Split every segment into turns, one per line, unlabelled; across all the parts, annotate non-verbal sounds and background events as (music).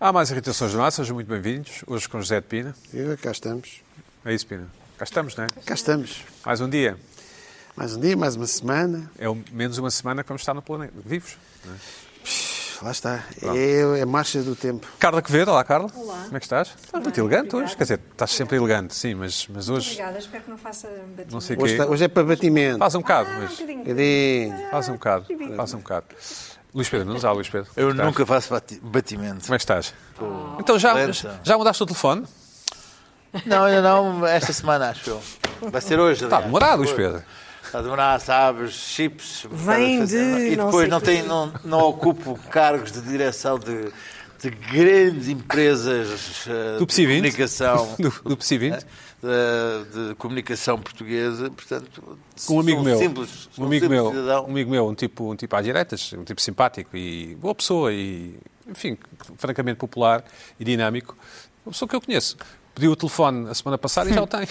Há mais irritações nossas, sejam muito bem-vindos. Hoje com José de Pina.
E cá estamos.
É isso, Pina. Cá estamos, não é?
Cá estamos.
Mais um dia.
Mais um dia, mais uma semana.
É um- menos uma semana que vamos estar no planeta. Vivos. não é?
Lá está. É, é a marcha do tempo.
Carla Quevedo, olá Carla.
Olá.
Como é que estás? Estás muito
bem,
elegante hoje.
obrigada.
Quer dizer, estás sempre elegante, sim, mas, mas hoje
Obrigada, espero que não faça batimento.
Não sei o quê.
Hoje, está- hoje é para batimento.
faz um bocado,
Ah, um
mas
bocadinho.
Cadê?
faz um bocado, faz um bocado. Luís Pedro, não há Luís Pedro. Como é
Eu
estás?
nunca faço bati- batimento.
Como é que estás? Então já,
lenta.
já mudaste o telefone?
Não, ainda não, esta semana acho eu. Vai ser hoje.
Está Tá
aliás.
demorado, Luís Pedro.
Está a demorar, sabes, chips.
Vem
sabe, fazer-
de
E
não
depois
sei
não,
quê.
tem, não, não ocupo cargos de direção de, de grandes empresas eh,
Do
de
PC20? (laughs)
comunicação.
Do- do PC20?
eh, de, de comunicação portuguesa, portanto,
Um amigo
sou
meu,
simples,
um
sou
amigo
simples
meu,
cidadão.
um amigo meu, um tipo, um tipo às direitas, um tipo simpático e boa pessoa e, enfim, francamente popular e dinâmico, uma pessoa que eu conheço. Pediu o telefone a semana passada e já o
(laughs)
tem.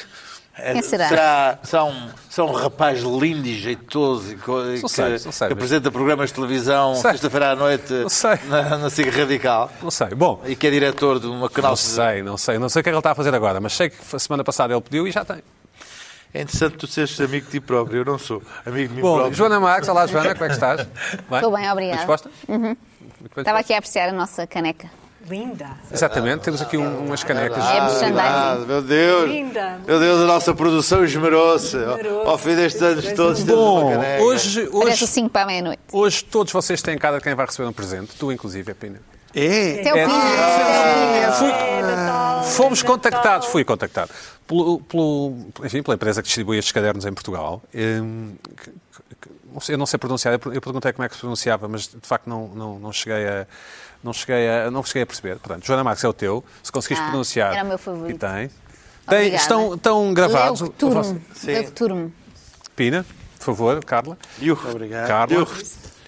É,
Quem será?
será um, será um rapaz lindo e jeitoso e co- e
Não
que,
sei, não sei
que
mesmo.
apresenta programas de televisão
Sei.
sexta-feira à noite
sei.
na, na SIC Radical
Não sei. Bom,
e que é diretor de uma canal.
não sei, não sei, não sei o que é que ele está a fazer agora, mas sei que a semana passada ele pediu e já tem.
É interessante tu seres amigo de ti próprio, eu não sou amigo de mim
Bom,
próprio.
Joana Marques, olá Joana, como é que estás?
(laughs)
Bem?
Estou bem, obrigada. Uhum.
Disposta? é Muito bem.
Estava aqui a apreciar a nossa caneca.
Linda.
Exatamente, temos aqui um- umas canecas.
É
Ah,
merchandising.
meu Deus!
Linda.
Meu Deus, a nossa produção esmerou-se.
Esmerou-se.
Ao fim destes anos todos temos uma
Bom,
caneca.
hoje,
Parece assim.
hoje,
5 para a meia-noite.
hoje todos vocês têm cara de quem vai receber um presente, tu inclusive, Pina.
É.
Até o
Ah,
fim.
Fui-
Natal,
fomos
Natal.
contactados, fui contactado, pelo, pelo- enfim, pela empresa que distribui estes cadernos em Portugal. Hum, que- que- não sei- eu não sei pronunciar, eu per- eu perguntei como é que se pronunciava, mas de facto não, não, não cheguei a... Não cheguei, a, não cheguei a perceber. Portanto, Joana Marques é o teu. Se conseguires
Ah,
pronunciar.
era o meu favorito.
E tem. Tem-
Obrigada.
estão, estão gravados.
É Leucturmo.
Sim.
Leucturmo.
Pina, por favor, Carla.
Obrigado.
Carla.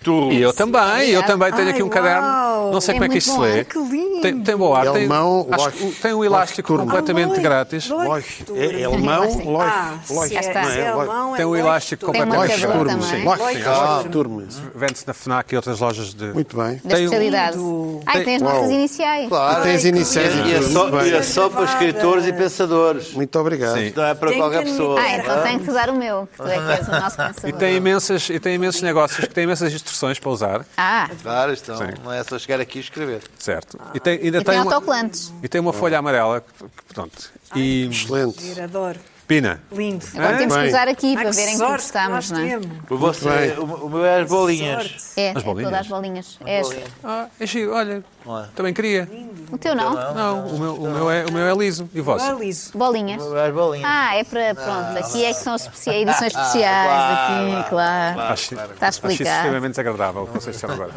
Tu.
E eu também, eu também tenho
Ai,
aqui um
uau.
caderno, não sei
Tem
como é que
muito
isto se
bom
lê.
ar,
que lindo.
Tem, tem bom ar,
É
tem,
alemão,
acho
Loch-
que tem um elástico
Loch Turm.
completamente
Ah,
grátis.
Loch
Loch.
Turm.
É, é alemão,
Sim.
Loch.
Ah,
Loch.
se é-
está.
Não
se é
é? Loch.
alemão, é
Tem um
Loch
elástico
Turm.
Tem uma
completamente
Loch
cabelo
Turma.
grátis.
também.
Sim.
Loch
Ah.
Turma.
Vende-se na FNAC e outras lojas de.
Muito bem.
Da
Tem um-
especialidade. Ah,
Lindo.
Ai, tem as
Uau.
nossas iniciais.
Claro.
Tens iniciais
E é
e tudo.
só,
Muito
e é
bem.
só para escritores e pensadores.
Muito obrigado.
Sim.
Não é para
Tem
qualquer
que-
pessoa.
Ah,
não
então
é?
tenho que usar o meu, que tu é que és o nosso
E
pensador.
tem, imensas, e tem imensos negócios que têm imensas instruções para usar,
Ah,
Claro, então
Sim.
não é só chegar aqui e escrever.
certo? E tem, ainda
e tem
uma,
autocolantes.
e tem uma folha amarela. que- que- Pronto. E.
Excelente.
Adoro.
Pina,
Lindo.
Agora
Ah,
temos que
bem.
usar aqui
Ai,
para verem que
sorte nós
gostamos, não é?
temos.
O, vosso-
bem.
o, o meu é as bolinhas.
Sorte.
É, é
As bolinhas.
todas as bolinhas. É as-
ah, é giro, olha,
Não é?
também queria.
O teu não?
Não, o meu, o meu, é, o meu é liso. E o vosso?
Ah, liso.
Bolinhas.
O meu é as bolinhas.
Ah, é para. Pronto, aqui é que são as especia- edições especiais.
claro,
Aqui, claro.
Acho,
Está
acho isso
explicado.
extremamente desagradável o que vocês disseram agora.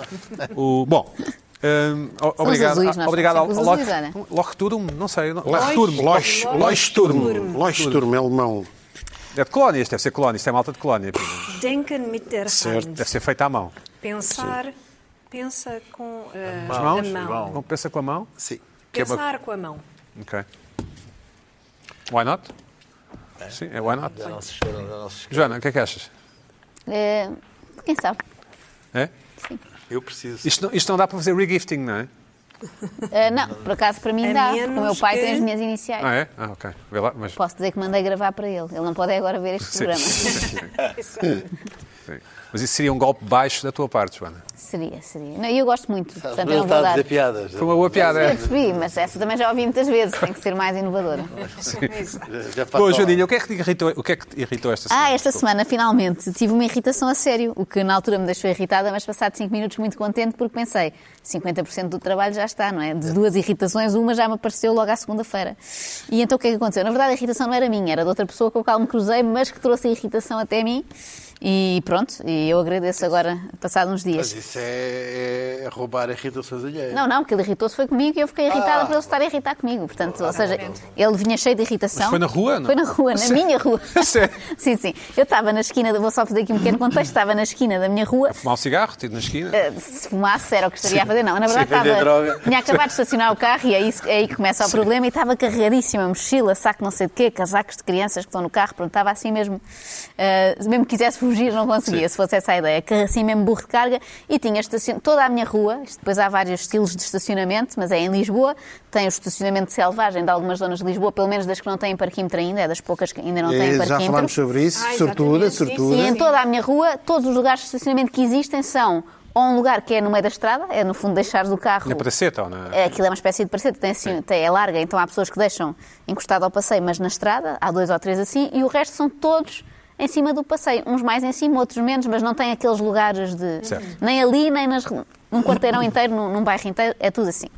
O, bom, hum, o- obrigado,
azuis, nós
obrigado ao
temos sempre os
Loch,
azuis,
Loch Turm, não sei. não- Loch Turm.
Loch. Loch Turma. Loch Turma, é alemão.
É de colónia, isto deve ser colónia, isto é malta de colónia. Pina.
Denken mit der Hand.
Deve ser feita à mão.
Pensar, pensa com eh,
As mãos?
a mão.
Não pensa com a mão?
Sim. Que é uma-
Pensar com a mão.
Ok. Why not? Sim, é why not.
Já não se cheiram, já não se cheiram.
Joana, o que é que achas?
É, Quem sabe?
É?
Eu preciso.
Isto, não, isto não dá para fazer regifting, não é?
Ah, não, por acaso para mim
A
dá,
menos
porque o meu pai
que-
tem as minhas iniciais.
Ah, é? Ah, ok. Vê lá, mas...
Posso dizer que mandei gravar para ele. Ele não pode é agora ver este
Sim,
programa.
(laughs) sim, sim, sim. Mas isso seria um golpe baixo da tua parte, Joana.
Seria, seria. Não, e eu gosto muito, portanto é eu
Ele
não
está
vou
a
dar.
dizer piadas.
Foi uma boa piada.
Eu
é?
percebi, mas essa também já ouvi muitas vezes, tem que ser mais inovadora.
Já- já faço
Bom,
lá.
Joaninha, o que é que te irritou, o que é que te irritou esta semana?
Ah, esta semana finalmente tive uma irritação a sério, o que na altura me deixou irritada, mas passado 5 minutos muito contente porque pensei, 50% do trabalho já está, não é? De duas irritações, uma já me apareceu logo à segunda-feira. E então o que é que aconteceu? Na verdade a irritação não era minha, era de outra pessoa com a qual me cruzei, mas que trouxe a irritação até mim. E pronto, e eu agradeço agora, passado uns dias.
Mas isso é, é roubar irritações alheias.
Não, não, porque ele irritou-se foi comigo e eu fiquei irritada
Ah.
por ele estar a irritar comigo. Portanto, ou seja, ele vinha cheio de irritação.
Mas foi na rua, não?
Foi na rua, na
Sério?
minha
(laughs)
rua.
Sério?
sim, sim. Eu estava na esquina, vou só fazer aqui um pequeno contexto, estava na esquina da minha rua.
Fumar um cigarro, tido na esquina.
eh, Se fumasse, era o que estaria a fazer, não. Na verdade,
Sim, vender droga.
estava. Tinha acabado de estacionar o carro e aí, aí começa o problema. E estava carregadíssima, mochila, saco não sei de quê, casacos de crianças que estão no carro. Pronto, estava assim mesmo. eh, mesmo que quisesse fugir não conseguia, se fosse essa a ideia. Carro assim mesmo burro de carga e tinha estacion... toda a minha rua, isto depois há vários estilos de estacionamento, mas é em Lisboa, tem o estacionamento selvagem de algumas zonas de Lisboa, pelo menos das que não têm parquímetro ainda, é das poucas que ainda não
Eh,
têm
E Já
parquímetro.
falámos sobre isso,
Ah,
sortuda,
exatamente, sim,
sortuda.
E em
Sim.
toda a minha rua, todos os lugares de estacionamento que existem são ou um lugar que é no meio da estrada, é no fundo deixares o carro.
Na praceta ou na...
É, Aquilo é uma espécie de parceiro, tem assim, tem, é larga, então há pessoas que deixam encostado ao passeio, mas na estrada, há dois ou três assim, e o resto são todos em cima do passeio. Uns mais em cima, outros menos, mas não tem aqueles lugares de.
Certo.
Nem ali, nem nas, ru- num quarteirão inteiro, num, num bairro inteiro, é tudo assim.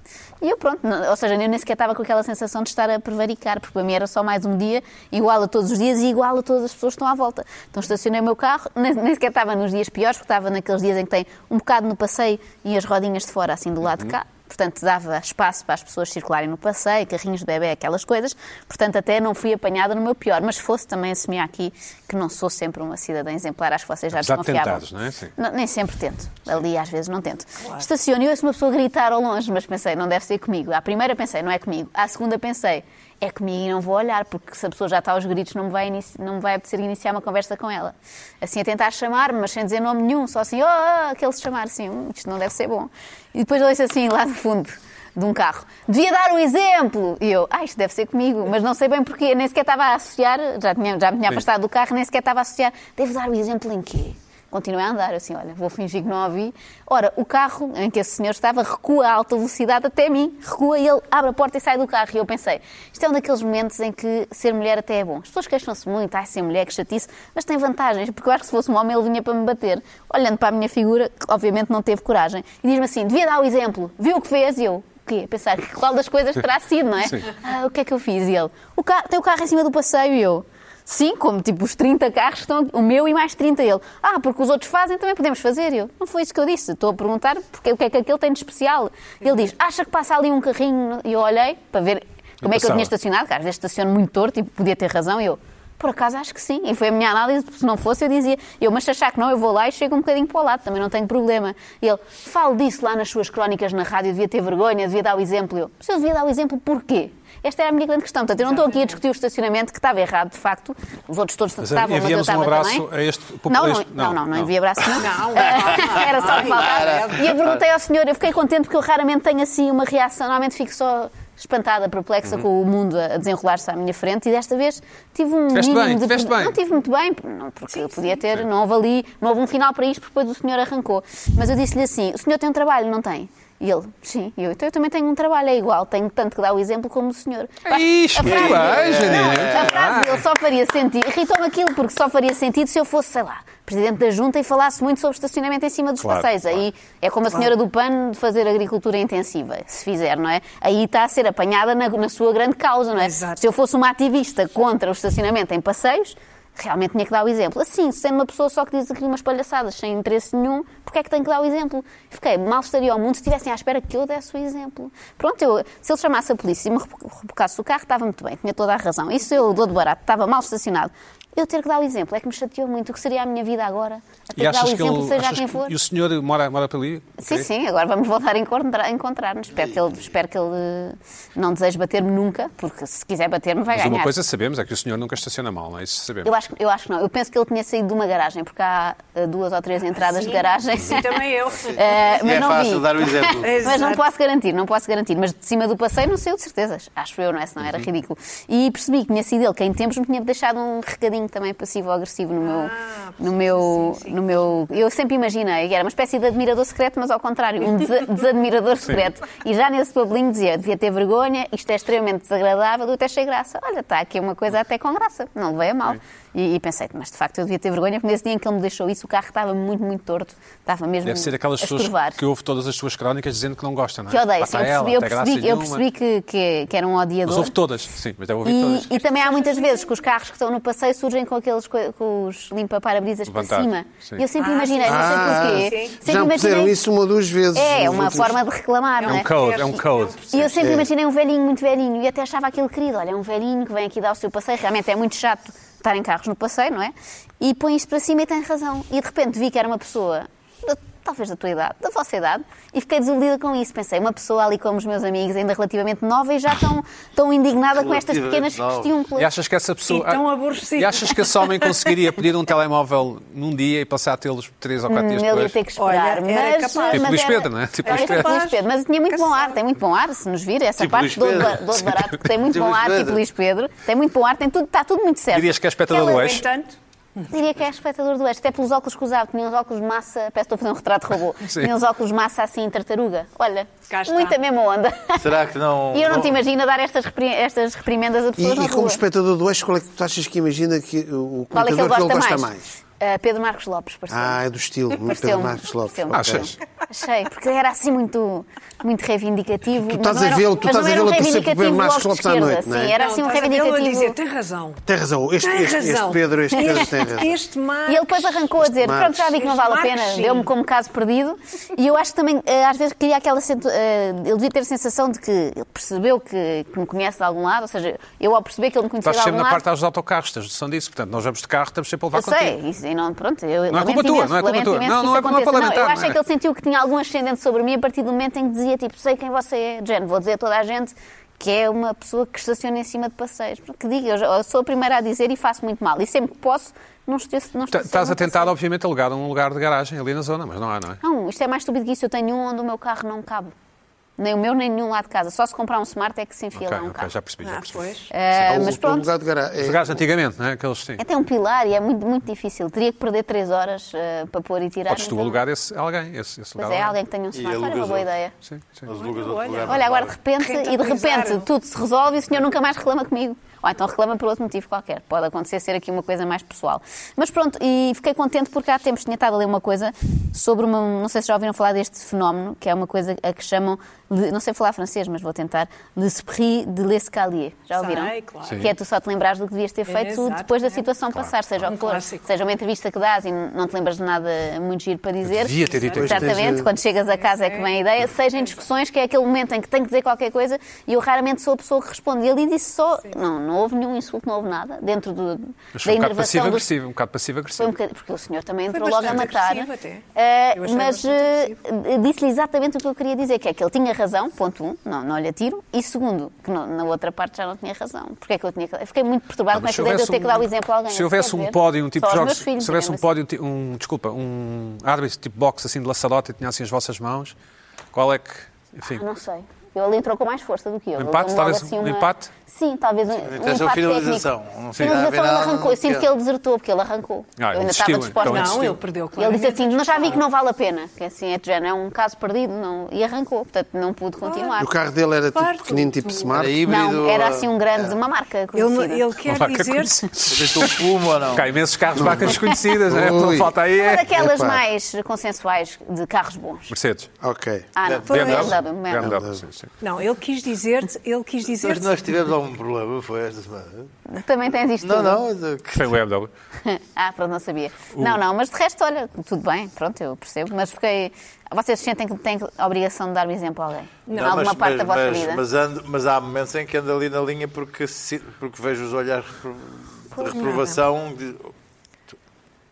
E eu pronto, não- ou seja, eu nem sequer estava com aquela sensação de estar a prevaricar, porque para mim era só mais um dia, igual a todos os dias e igual a todas as pessoas que estão à volta. Então estacionei o meu carro, (laughs) nem, nem sequer estava nos dias piores, porque estava naqueles dias em que tem um bocado no passeio e as rodinhas de fora, assim do lado
Uhum.
de cá. Portanto, dava espaço para as pessoas circularem no passeio, carrinhos de bebê, aquelas coisas. Portanto, até não fui apanhada no meu pior. Mas se fosse, também assumi aqui que não sou sempre uma cidadã exemplar. Acho que vocês já
Apesar de
desconfiavam.
tentares, não é? Sim.
Não, nem sempre tento. Ali às vezes não tento. Estaciono e ouço uma pessoa gritar ao longe, mas pensei, não deve ser comigo. À primeira pensei, não é comigo. À segunda pensei, é comigo e não vou olhar, porque se a pessoa já está aos gritos, não me vai, inici- não me vai apetecer iniciar uma conversa com ela. Assim, a tentar chamar-me, mas sem dizer nome nenhum, só assim, oh, oh, aquele se chamar, assim, "Hum, isto não deve ser bom. E depois ouço assim, lá no fundo de um carro. Devia dar um exemplo! E eu, ah, isto deve ser comigo, mas não sei bem porquê, nem sequer estava a associar, já, tinha, já me tinha afastado do carro, nem sequer estava a associar, devo dar um exemplo em quê? Continuei a andar, eu assim, olha, vou fingir que não ouvi. Ora, o carro em que esse senhor estava recua a alta velocidade até mim, recua e ele abre a porta e sai do carro. E eu pensei, isto é um daqueles momentos em que ser mulher até é bom. As pessoas queixam-se muito, ai, ser mulher, que chatice, mas tem vantagens, porque eu acho que se fosse um homem ele vinha para me bater. Olhando para a minha figura, que obviamente não teve coragem, e diz-me assim, devia dar o exemplo, viu o que fez? E eu, o quê? Pensar que qual das coisas terá sido, não é?
Sim.
Ah, o que é que eu fiz? E ele, o ca- tem o carro em cima do passeio e eu. Sim, como tipo os 30 carros que estão aqui, o meu e mais 30 ele. Ah, porque os outros fazem, também podemos fazer. E Eu, não foi isso que eu disse. Estou a perguntar porque, o que é que aquele tem de especial. E Ele diz, acha que passa ali um carrinho? E eu olhei para ver como é que eu
passava.
tinha estacionado, que às vezes estaciono muito torto e podia ter razão. E eu, por acaso acho que sim. E foi a minha análise, porque se não fosse eu dizia, eu, mas se achar que não, eu vou lá e chego um bocadinho para o lado, também não tenho problema. E ele, fale disso lá nas suas crónicas na rádio, devia ter vergonha, devia dar o exemplo. E Eu, mas eu devia dar o exemplo porquê? Esta era a minha grande questão. Portanto, eu não estou aqui a discutir o estacionamento, que estava errado, de facto. Os outros todos
Mas
estavam, tá mas eu
enviamos um
estava
abraço
também.
a este
não, não,
populista.
não, não, não
não.
envia abraço nenhum.
Não,
(laughs) Era só o que faltava.
Para.
E eu perguntei ao senhor, eu fiquei contente porque eu raramente tenho assim uma reação, normalmente fico só espantada, perplexa com o mundo a desenrolar-se à minha frente e desta vez tive um
Tiveste
mínimo
bem,
de...
tiveste bem.
Não tive muito bem, não, porque eu podia ter, não houve ali, não houve um final para isto, porque depois o senhor arrancou. Mas eu disse-lhe assim, o senhor tem um trabalho, não tem? E ele, sim, e eu, então eu também tenho um trabalho, é igual, tenho tanto que dar o exemplo como o senhor.
É isto,
A frase
muito bem,
dele-
Janine.
Não, A frase dele só faria sentido, irritou-me aquilo, porque só faria sentido se eu fosse, sei lá, presidente da junta e falasse muito sobre estacionamento em cima dos
Claro,
passeios. Aí é como a senhora do PAN de fazer agricultura intensiva, se fizer, não é? Aí está a ser apanhada na, na sua grande causa, não é?
Exato.
Se eu fosse uma ativista contra o estacionamento em passeios, realmente tinha que dar o exemplo. Assim, sendo uma pessoa só que diz aqui umas palhaçadas sem interesse nenhum, porque é que tem que dar o exemplo? Fiquei, mal estaria ao mundo se estivessem à espera que eu desse o exemplo. Pronto, eu, se ele chamasse a polícia e me rebu- rebocasse o carro, estava muito bem, tinha toda a razão. Isso eu dou de barato, estava mal estacionado. Eu ter que dar o exemplo, é que me chateou muito. O que seria a minha vida agora?
E
A ter que dar o
achas que
exemplo,
ele...
seja
achas
quem
que-
for.
E o senhor mora, mora para ali?
Sim,
Ok.
sim, agora vamos (laughs) voltar a encontrar- a encontrar-nos. Espero que ele, espero que ele eh, não deseje bater-me nunca, porque se quiser bater-me vai
Mas
ganhar.
uma coisa sabemos, é que o senhor nunca estaciona mal, não é? Isso sabemos.
Eu acho, eu acho que não. Eu penso que ele tinha saído de uma garagem, porque há eh, duas ou três (laughs) entradas de
Ah, Sim,
garagem.
Sim, também eu.
Eh, (laughs) mas
É
não
fácil
vi.
dar o
(laughs)
exemplo.
Mas não
Exato.
posso garantir, não posso garantir. Mas de cima do passeio não saiu de certezas. Acho eu, não é? Senão
Uhum.
era ridículo. E percebi que tinha sido ele que em tempos me tinha deixado um recadinho também passivo-agressivo no meu.
Ah,
no meu, no meu, eu sempre imaginei que era uma espécie de admirador secreto, mas ao contrário, um desa- (laughs) desadmirador secreto. E já nesse papelinho dizia, devia ter vergonha, isto é extremamente desagradável, eu até achei graça. Olha, está aqui uma coisa até com graça, não levei a mal. E, e pensei, mas de facto eu devia ter vergonha, porque nesse dia em que ele me deixou isso, o carro estava muito, muito torto, estava mesmo
Deve ser aquelas
a
pessoas
escurvar.
que ouvem todas as suas crónicas dizendo que não gostam, não é?
Que odeio,
Lá
sim,
está
eu
ela,
percebi, eu
tem graça
percebi, eu
nenhuma.
percebi que, que, que era um
Mas
odiador.
ouve todas, sim, mas deve ouvir todas.
E, e também há muitas vezes que os carros que estão no passeio surgem com aqueles co- com os limpa-parabrisas para
Levantado,
cima.
sim.
E eu sempre imaginei,
Ah,
não sei porquê,
sim.
Já
sempre
me puseram
imaginei-
isso uma ou duas vezes.
É,
nos
uma
últimos-
forma de reclamar, não
É
é?
um code, é um code.
E eu sempre imaginei um velhinho muito velhinho e até achava aquilo querido. Olha, é um velhinho que vem aqui dar o seu passeio. Realmente é muito chato estar em carros no passeio, não é? E põe isto para cima e tem razão. E de repente vi que era uma pessoa de- talvez da tua idade, da vossa idade, e fiquei desiludida com isso. Pensei, uma pessoa ali como os meus amigos, ainda relativamente nova e já tão, tão indignada com estas pequenas
Relativamente nova.
questiúnculas.
E achas que essa pessoa.
E tão aborrecido.
E achas que esse homem conseguiria pedir um telemóvel num dia e passar a tê-los três ou quatro dias
Hum, ele ia
depois?
ter que esperar,
Olha,
mas...
era capaz.
Tipo
mas
Luís
era-
Pedro, não é? Tipo
Era
Luís
tipo
Pedro.
Luís Pedro, mas tinha muito bom ar,
Caçado.
tem muito bom ar, se nos vir, essa
Tipo
parte
Luís
dou de
Pedro.
ba- dou de barato, tem muito
Tipo
bom
Luís
ar, tipo
Pedro.
Luís Pedro, tem muito bom ar, tem tudo, está tudo muito certo.
Dirias que é espectador
Ela,
do
no
eixo.
entanto,
Diria que é espectador do Oeste, até pelos óculos que usava, tinha uns óculos de massa, parece que estou a fazer um retrato de robô,
(laughs) Sim.
tinha uns óculos de massa assim, tartaruga. Olha,
Cá está.
muita mesma onda. (laughs)
Será que não.
E eu não te imagino a dar estas, repri- estas reprimendas a
E,
pessoas na
e como
rua.
espectador do Eixo, qual é que tu achas que imagina que o
Qual é
comentador
que ele
que
gosta,
ele gosta
mais?
mais?
Ah, Pedro Marcos Lopes, pareceu.
Ah, é do estilo, muito
Pareceu-me.
Pedro Marcos Lopes.
Pareceu-me.
ok.
Ah, achas?
um Achei, porque era assim muito, muito reivindicativo.
Tu estás
mas não
a
era-
vê-lo- tu
mas não
estás a
era um
vê-lo a torcer por Pedro
reivindicativo
Marcos
logo de
Lopes à
esquerda,
noite, não é?
Sim, era
não,
assim um
estás a vê-lo a
reivindicativo.
dizer, tem razão.
Tem razão, este,
Tem
este- este
razão.
Pedro, este Pedro tem razão.
Este Marcos.
E ele depois arrancou a dizer,
Marcos.
pronto, já vi que não vale a
Marcos,
pena,
sim.
deu-me como caso perdido. E eu acho que também, eh, às vezes, queria aquela... sentu- eh, Ele devia ter a sensação de que ele percebeu que, que me conhece de algum lado, ou seja, eu ao perceber que ele me conhecia
Estás
de algum
sempre na
lado...
parte dos autocarros, tens noção disso. Portanto, nós vamos de carro, estamos sempre a levar
Eu
contigo.
sei, isso, e não, pronto, eu
Não é culpa
lamento
tua,
imenso,
não é culpa
lamento
tua. Não,
imenso
não
que isso
é- não é para
aconteça.
lamentar,
eu
não
acho
é?
que ele sentiu que tinha algum ascendente sobre mim a partir do momento em que dizia, tipo, sei quem você é, Jen, vou dizer a toda a gente que é uma pessoa que estaciona em cima de passeios. Pronto, Que diga, eu, já- eu sou a primeira a dizer e faço muito mal. E sempre que posso, não estou não
Tá-
estaciono
Estás a
no
tentar,
passeio.
obviamente, alugar um lugar de garagem ali na zona, mas não há, não é?
Não, isto é mais estúpido que isso. Eu tenho um onde o meu carro não cabe. Nem o meu, nem nenhum lá de casa. Só se comprar um smart é que se enfia
Ok,
lá um
ok,
carro.
já percebi. já
Ah,
percebi. Então,
pois.
Ah,
O
mas
teu
pronto,
lugar de gara- é-
Os gajos antigamente, não é? Aqueles têm.
é até um pilar e é muito, muito difícil. Teria que perder três horas ah, para pôr e tirar.
Podes tu
então-
alugar esse, alguém, esse, esse lugar.
Pois é, alguém que tenha um smart. Olha,
alugas
uma boa
outro.
ideia.
Sim, sim.
Mas Lucas,
Olha,
outro lugar
Olha, agora de
mais
repente, e de repente
Rentabilizar.
tudo se resolve e o senhor nunca mais reclama comigo. Ou então reclama por outro motivo qualquer. Pode acontecer ser aqui uma coisa mais pessoal. Mas pronto, e fiquei contente porque há tempos tinha estado a ler uma coisa sobre uma. Não sei se já ouviram falar deste fenómeno, que é uma coisa a que chamam. de- não sei falar francês, mas vou tentar. L'esprit de l'escalier. Já ouviram?
Sei, claro.
Sim.
Que é tu só te lembrares do que devias ter feito
Exatamente.
depois da situação passar, seja o
Um
que for.
clássico.
Seja uma entrevista que dás e não te lembras de nada muito giro para dizer.
devia ter dito isto.
Exatamente,
Pois,
quando chegas a casa é que vem a ideia, seja em discussões, que é aquele momento em que tenho que dizer qualquer coisa e eu raramente sou a pessoa que responde. E ele disse só, não, não houve nenhum insulto, não houve nada, dentro do,
Mas
da
foi um bocado
enervação dos
passivo-agressivo. Um bocado
foi um
passivo-agressivo.
bocadinho, porque o senhor também
Foi
entrou logo a
bastante
matar.
agressivo até.
Ah,
Eu achei
mas
bastante
ah,
agressivo.
disse-lhe exatamente o que eu queria dizer, que é que ele tinha razão, ponto um, não, não lhe atiro, e segundo, que não- na outra parte já não tinha razão. Porque é que eu tinha que... eu Fiquei muito perturbada
Ah,
com
mas
esta ideia de eu ter que dar o
um-
exemplo a alguém.
Se houvesse um
Quer
pódio, um
dizer,
tipo
só
de
aos
jogos,
meus filhos,
se houvesse um
digamos assim.
pódio, ti- um, desculpa, um árbitro tipo boxe, assim de laçadote e tinha assim as vossas mãos, qual é que, enfim,
Ah, Não sei. Eu, ele entrou com mais força do que eu. Ele
empate,
deu-me
talvez
logo assim
um
uma-
empate?
Sim, talvez um, um
Então, essa
empate
é a
técnico.
finalização. Não sei,
Finalização,
afinal,
ele arrancou. Eu sinto
não-
que ele desertou porque ele arrancou.
Ah, ele
eu ainda
desistiu,
estava disposta.
então
Não,
desistiu.
ele perdeu,
E ele
claro.
disse assim, mas já vi que não vale a pena. Que assim, é, de género, é um caso perdido não... e arrancou. Portanto, não pude continuar.
O carro dele era tipo
Claro,
pequenino, tipo
tu-
smart.
Era híbrido. é.
Não, era assim um grande, uma marca conhecida.
Ele, ele quer
Não vai
dizer-se.
acontecer.
Deixou o puma então ou
(laughs)
não?
Cá há imensos carros vacas desconhecidas, né?
Ui.
falta aí
Uma
é
daquelas
Epá.
mais consensuais de carros bons.
Mercedes.
Ok.
Ah, não.
Pois.
BMW, BMW.
BMW, sim, sim.
Não, ele quis dizer-te, ele quis
Mas
dizer-te.
nós tivemos algum problema, foi esta semana?
Também tens isto
Não,
tudo.
não. é de- que-
Foi o BMW.
(laughs) ah, pronto, não sabia. Não, não, mas de resto, olha, tudo bem, pronto, eu percebo, mas fiquei. Vocês sentem que têm a obrigação de dar o exemplo a alguém? Em alguma
mas,
parte da
mas,
vossa
mas,
vida?
mas ando- mas há momentos em que ando ali na linha porque, se- porque vejo os olhares repro- de
é?
reprovação. de- tu,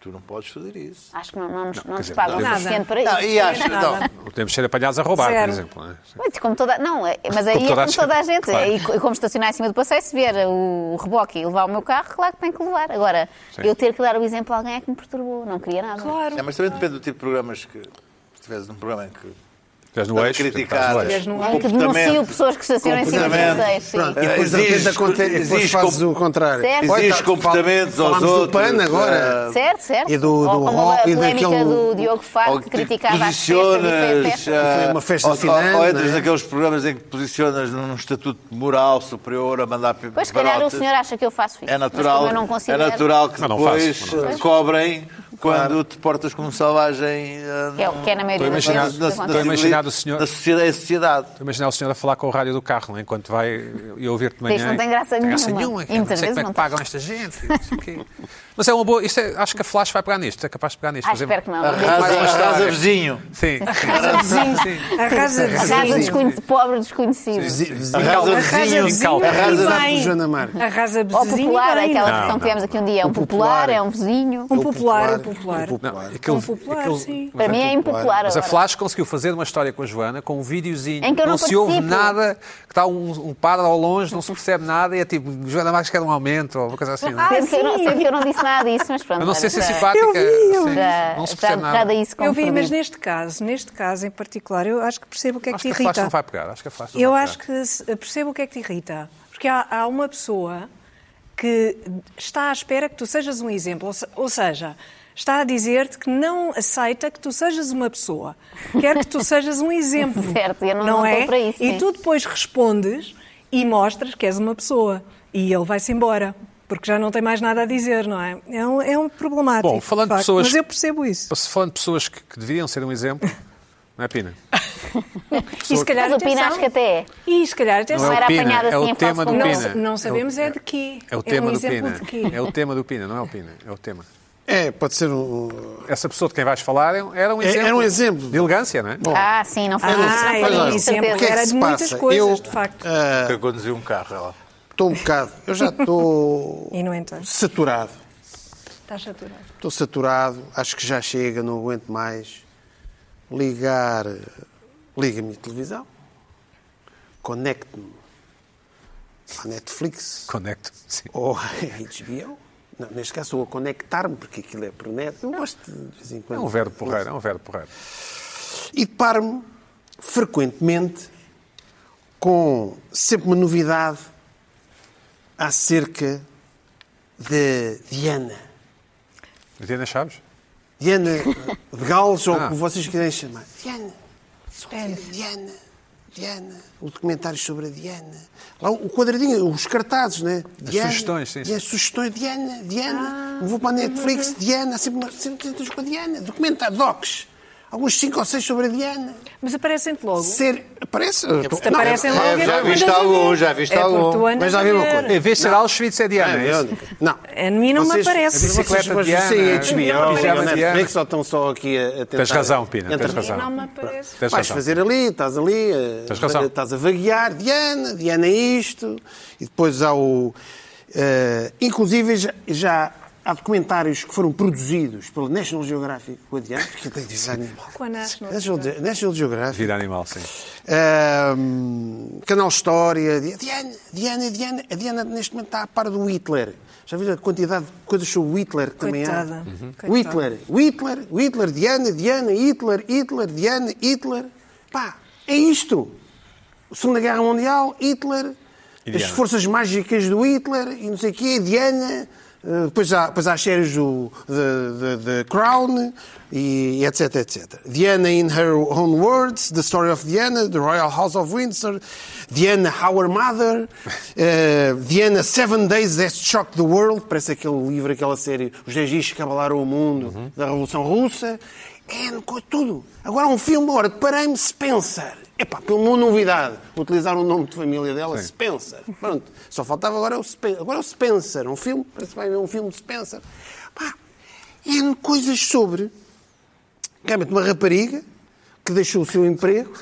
tu não podes fazer isso.
Acho que não, não, nos- não,
quer
nos
dizer,
pagam o
nada.
suficiente para isso.
Não, e acho, não,
é nada.
Podemos ser apanhados a roubar, por
Zero.
exemplo. né?
Mas como toda, não, é- mas aí
Como toda
é
a
como toda a gente.
claro.
E co- como estacionar em cima do passeio, se vier o reboque e levar o meu carro, claro que tem que levar. Agora,
Sim.
eu ter que dar o exemplo a alguém é que me perturbou, não queria nada.
Claro.
É, mas também depende do tipo de programas que. Se tivesse num programa em que.
Estás no
Estás a
eixo. portanto,
criticar.
estás no eixo.
Vês num-
Alguém É que denuncio pessoas que estacionam em cima do
Comportamento.
passeio. sim.
Pronto, e depois de repente
Exige-
acontece, e depois
exige
fazes
com-
o contrário.
Certo.
Olha,
Exige
tá-
comportamentos
fal-
aos
falamos do
outros,
PAN agora.
Certo, certo.
E do- do
Ou como
rock
a
e
polémica
daquele-
do Diogo Faro,
Ou
que
te
criticava as festas e foi
posicionas.
a festa.
ah,
Foi uma festa
ou,
de final,
ou, ou
não
entras
é?
naqueles programas em que te posicionas num estatuto moral superior a mandar pe-
Pois, se calhar, o
barotas.
senhor acha que eu faço isso.
É
Mas como
natural,
eu não
é
considero,
natural que
Mas não faço,
depois
mas não
eh, cobrem quando te portas como selvagem. eh,
Que é, o que é na
Estou
maioria
a
das
imaginar-
vezes.
na-
que
estou a
acontece.
imaginar o senhor-
Na sociedade, é a sociedade.
Estou a imaginar o senhor a falar com o rádio do carro, né? enquanto vai e ouvir-te de manhã.
Isto não tem graça nenhuma.
cara, não
Muitas
sei como
vezes
é que
não tem.
pagam esta gente. não sei o quê. Mas é uma boa. Isto é- acho que a Flash vai pegar nisto. É capaz de pegar nisto.
Ah,
por exemplo.
espero que não.
mais
Arrasa,
uma
arrasa
história.
vizinho.
(laughs)
Sim. Sim.
Arrasa
A casa
vizinho.
desconhecido, pobre desconhecido.
Vizi- vizinho.
Arrasa
Arrasa
vizinho.
vizinho
Arrasa
da
e bem.
Joana Marques.
Arrasa
Ou
vizinho
popular,
e bem.
aquela
Não,
versão
não,
que tivemos aqui um dia. É um
popular.
popular, é um vizinho.
Um popular,
popular.
um Impopular.
Impopular.
aquele-
Impopular,
aquele-
sim.
mas
Para mim é impopular
Mas a
agora.
Flash conseguiu fazer uma história com a Joana, com um videozinho,
Em que eu não
se ouve
participo.
nada, que está um, um padre ao longe, não se percebe nada, e é tipo, Joana Marques quer um aumento, ou uma coisa assim. não é?
Sendo que eu não-
sim.
sendo que eu não disse nada disso, mas pronto.
A não ser
olha,
ser
já-
simpática,
eu
sim,
Já,
não se
Ah, já,
percebe
já
nada.
dei isso como
Eu vi, mas
perdido.
neste caso, neste caso em particular, eu acho que percebo o que é que
Acho
te
que a Flash
irrita.
não vai pegar, acho que a Flash não
Eu
vai
acho
pegar.
que se- percebo o que é que te irrita. Porque há, há uma pessoa que está à espera que tu sejas um exemplo. Ou, se- ou seja, está a dizer-te que não aceita que tu sejas uma pessoa. Quer que tu sejas
(laughs)
um exemplo.
Certo, eu não- não
é?
estou para isso,
E
sim.
tu depois respondes e mostras que és uma pessoa. E ele vai-se embora. Porque já não tem mais nada a dizer, não é? É um, é um problemático.
Bom, falando de
facto,
pessoas-
Mas eu percebo isso.
Se falando de pessoas que, que deviam ser um exemplo, não é Pina?
E se calhar,
Mas o Pina
atenção-
acho que até é.
E se calhar,
Não
atenção,
era
o Pina,
apanhada
é
assim
o
em
tema
falso
do
convite.
Pina.
Não- não sabemos é de quê.
É o
É
tema
um
do
exemplo
Pina.
de quê?
É o tema do Pina, não é o Pina, é o tema.
É, pode ser um. um-
Essa pessoa de quem vais falar é- era um
É-
exemplo.
era um exemplo.
De elegância, não é?
Bom,
Ah, sim, não foi
eu não
isso.
sei.
não foi
Pois
isso,
olha,
de
um exemplo,
certeza.
o que é que
era
se
de muitas
passa?
coisas,
Eu-
de facto.
É.
Que eu conduzi um carro ela.
Estou um bocado. Eu já estou
E no entanto,
saturado.
estás saturado.
Estou saturado. Acho que já chega, não aguento mais. Ligar. eh, Liga a minha televisão. Conecto-me à Netflix.
Conecto. é Sim.
ou a HBO. Não, neste caso, estou a conectar-me, porque aquilo é por net. Eu gosto de vez em
É
quando.
um verbo porreiro, é um verbo porreiro.
E deparo-me frequentemente com sempre uma novidade acerca de Diana.
Diana Chaves?
Diana de Gales, ou
Ah.
como vocês quiserem chamar. Diana, espera, Diana, Diana. O documentário sobre a Diana. Lá o quadradinho, os cartazes, né? Diana,
sugestões, sim, sim.
Diana, sugestões, Diana, Diana. Vou para a Netflix, Diana, sempre, uma- sempre tentas com a Diana. Documentário, docs. Alguns cinco ou seis sobre a Diana.
Mas aparecem-te logo.
Ser, aparece.
Se aparecem
é-
logo,
é-
é
já
porque
viste
andas a
algum,
ver.
já viste
É porque
algum.
tu andas
Mas já vi uma
ver.
coisa.
Em vez de ser Auschwitz, é Diana. é isso?
Não.
A mim não me aparece.
A bicicleta
vocês,
Diana,
vocês,
a
Sim,
pijama
HBO, ligam
Diana.
Netflix, só estão só aqui a, a tentar...
Tens razão, Pina,
entrar-
tens
A mim
razão.
não me aparece.
Tens
Vais
razão.
fazer ali, estás ali, eh,
Tens razão.
estás a vaguear, Diana, Diana é isto, e depois há o. eh, inclusive já, já há documentários que foram produzidos pela National Geographic com a Diana, porque tem design animal.
Com a National
National, National Geographic.
Vida animal, sim.
Ahm, Canal História, Di- Diana, Diana, Diana, a Diana neste momento está à par do Hitler. Já viu a quantidade de coisas sobre o Hitler que também há?
Coitada. Uhum.
O Hitler, o Hitler, o Hitler, Diana, Diana, Hitler, Hitler, Diana, Hitler. Pá, é isto. Segunda Guerra Mundial, Hitler,
E
as
Diana.
forças mágicas do Hitler e não sei o quê, Diana. eh, Depois há, depois há as séries do The, The- The Crown e etc, etc. Diana in Her Own Words, The Story of Diana, The Royal House of Windsor, Diana Our Mother,
(laughs)
eh, Diana Seven Days That Shocked the World, parece aquele livro, aquela série, Os 10 dias que abalaram o mundo,
Uhum.
da Revolução Russa. É, co- tudo. Agora há um filme, ora, parei-me Spencer. Epá, pelo uma novidade, utilizar o nome de família dela, Spencer. Pronto, só faltava agora o Spencer. Agora o Spencer, um filme, parece que vai haver um filme de Spencer. Pá, N coisas sobre realmente uma rapariga que deixou o seu emprego,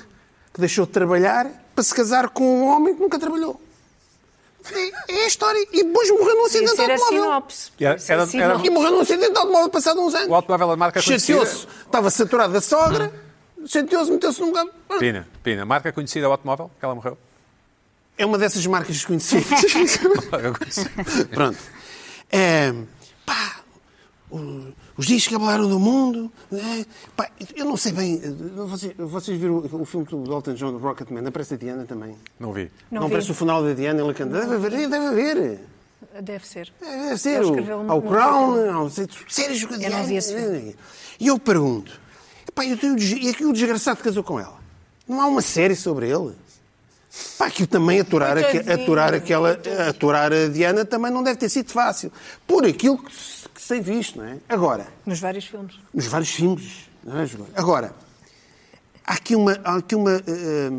que deixou de trabalhar, para se casar com um homem que nunca trabalhou. É, é a história. E depois morreu num
Podia
acidente de
ser assim, a
automóvel.
sinopse.
Era-
Podia ser a
era-
sinopse.
E morreu num acidente de automóvel passado uns anos.
O é automóvel da marca
Chateou-se.
conhecida.
Estava saturado da sogra. Chateou-se, meteu-se num carro.
Pina, Pina, marca conhecida ao automóvel, que ela (laughs) morreu.
É uma dessas marcas desconhecidas. Pronto. É, pá, o- os dias que abalaram do mundo. né? Pá, eu não sei bem. Vocês, vocês viram o, o filme do Dalton John, do Rocketman? Aparece a Diana também.
Não vi.
Não
Não,
vi.
aparece o final da Diana? Ela canta. Deve haver, deve haver.
Deve ser.
Deve É, ser.
Ele
o-
escreveu um-
Ao
um-
Crown, ao séries com a Diana.
vi esse
É, E eu pergunto. Pá, eu tenho, um e aqui o desgraçado que casou com ela? Não há uma série sobre ele? Pá, que também aturar, aque-
Coitadinho.
aturar, aquela, aturar a Diana também não deve ter sido fácil. Por aquilo que se, que se tem visto, não é? Agora,
Nos vários filmes.
nos vários filmes, não é, Joana? Agora, há aqui uma. Há aqui uma eh,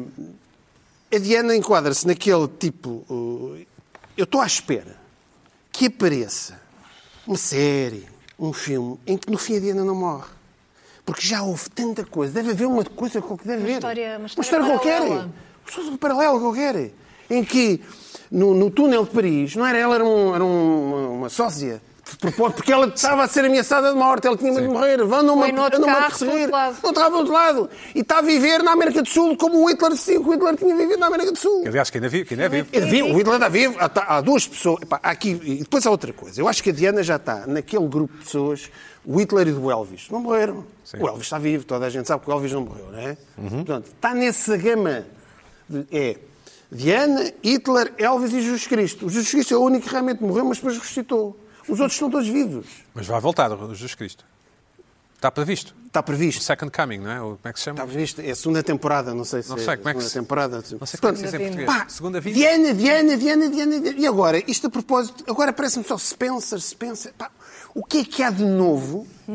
eh, a Diana enquadra-se naquele tipo. eh, eu estou à espera que apareça uma série, um filme, em que no fim a Diana não morre. Porque já houve tanta coisa. Deve haver uma coisa qualquer. Deve haver.
história- uma
uma
história
história qualquer.
paralela.
Só um paralelo qualquer. Em que no, no túnel de Paris, não era ela, era, um- era um- uma, uma sósia. de propósito, porque ela estava a ser ameaçada de morte, ela tinha medo de morrer, vão-me
Foi noutro
andam-me a
carro, para o
perseguir.
outro lado.
Não estava do outro lado. E está a viver na América do Sul como o Hitler, sim, que o Hitler tinha vivido na América do Sul.
Aliás, que ainda vive, que ainda vive.
É vivo, o Hitler está vivo. Há, tá- há duas pessoas. Epá, há aqui, e depois há outra coisa. Eu acho que a Diana já está naquele grupo de pessoas, o Hitler e do Elvis. Não morreram. O Elvis está vivo, toda a gente sabe que o Elvis não morreu, não é? Portanto, está nessa gama. de- é Diana, Hitler, Elvis e Jesus Cristo. O Jesus Cristo é o único que realmente morreu, mas depois ressuscitou. Os outros estão todos vivos.
Mas vai voltar o Jesus Cristo. Está previsto.
Está previsto.
O Second Coming, não é? O- Como é que se chama?
Está previsto. É a segunda temporada, não sei se
Não
é
sei
a
como é que
segunda
se-
temporada.
Não sei como é que se diz em
Segunda
português.
Pá,
Segunda vinda.
Diana, Diana, Diana, Diana, Diana. E agora, isto a propósito, agora parece-me só Spencer, Spencer. Pá, o que é que há de novo
Pá,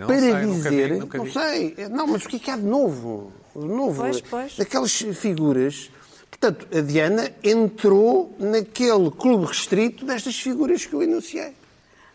não
para
sei, nunca vi,
dizer?
nunca vi.
não sei, é, não, mas o que é que há de novo? De novo.
Pois, pois.
Daquelas figuras. Portanto, a Diana entrou naquele clube restrito destas figuras que eu enunciei.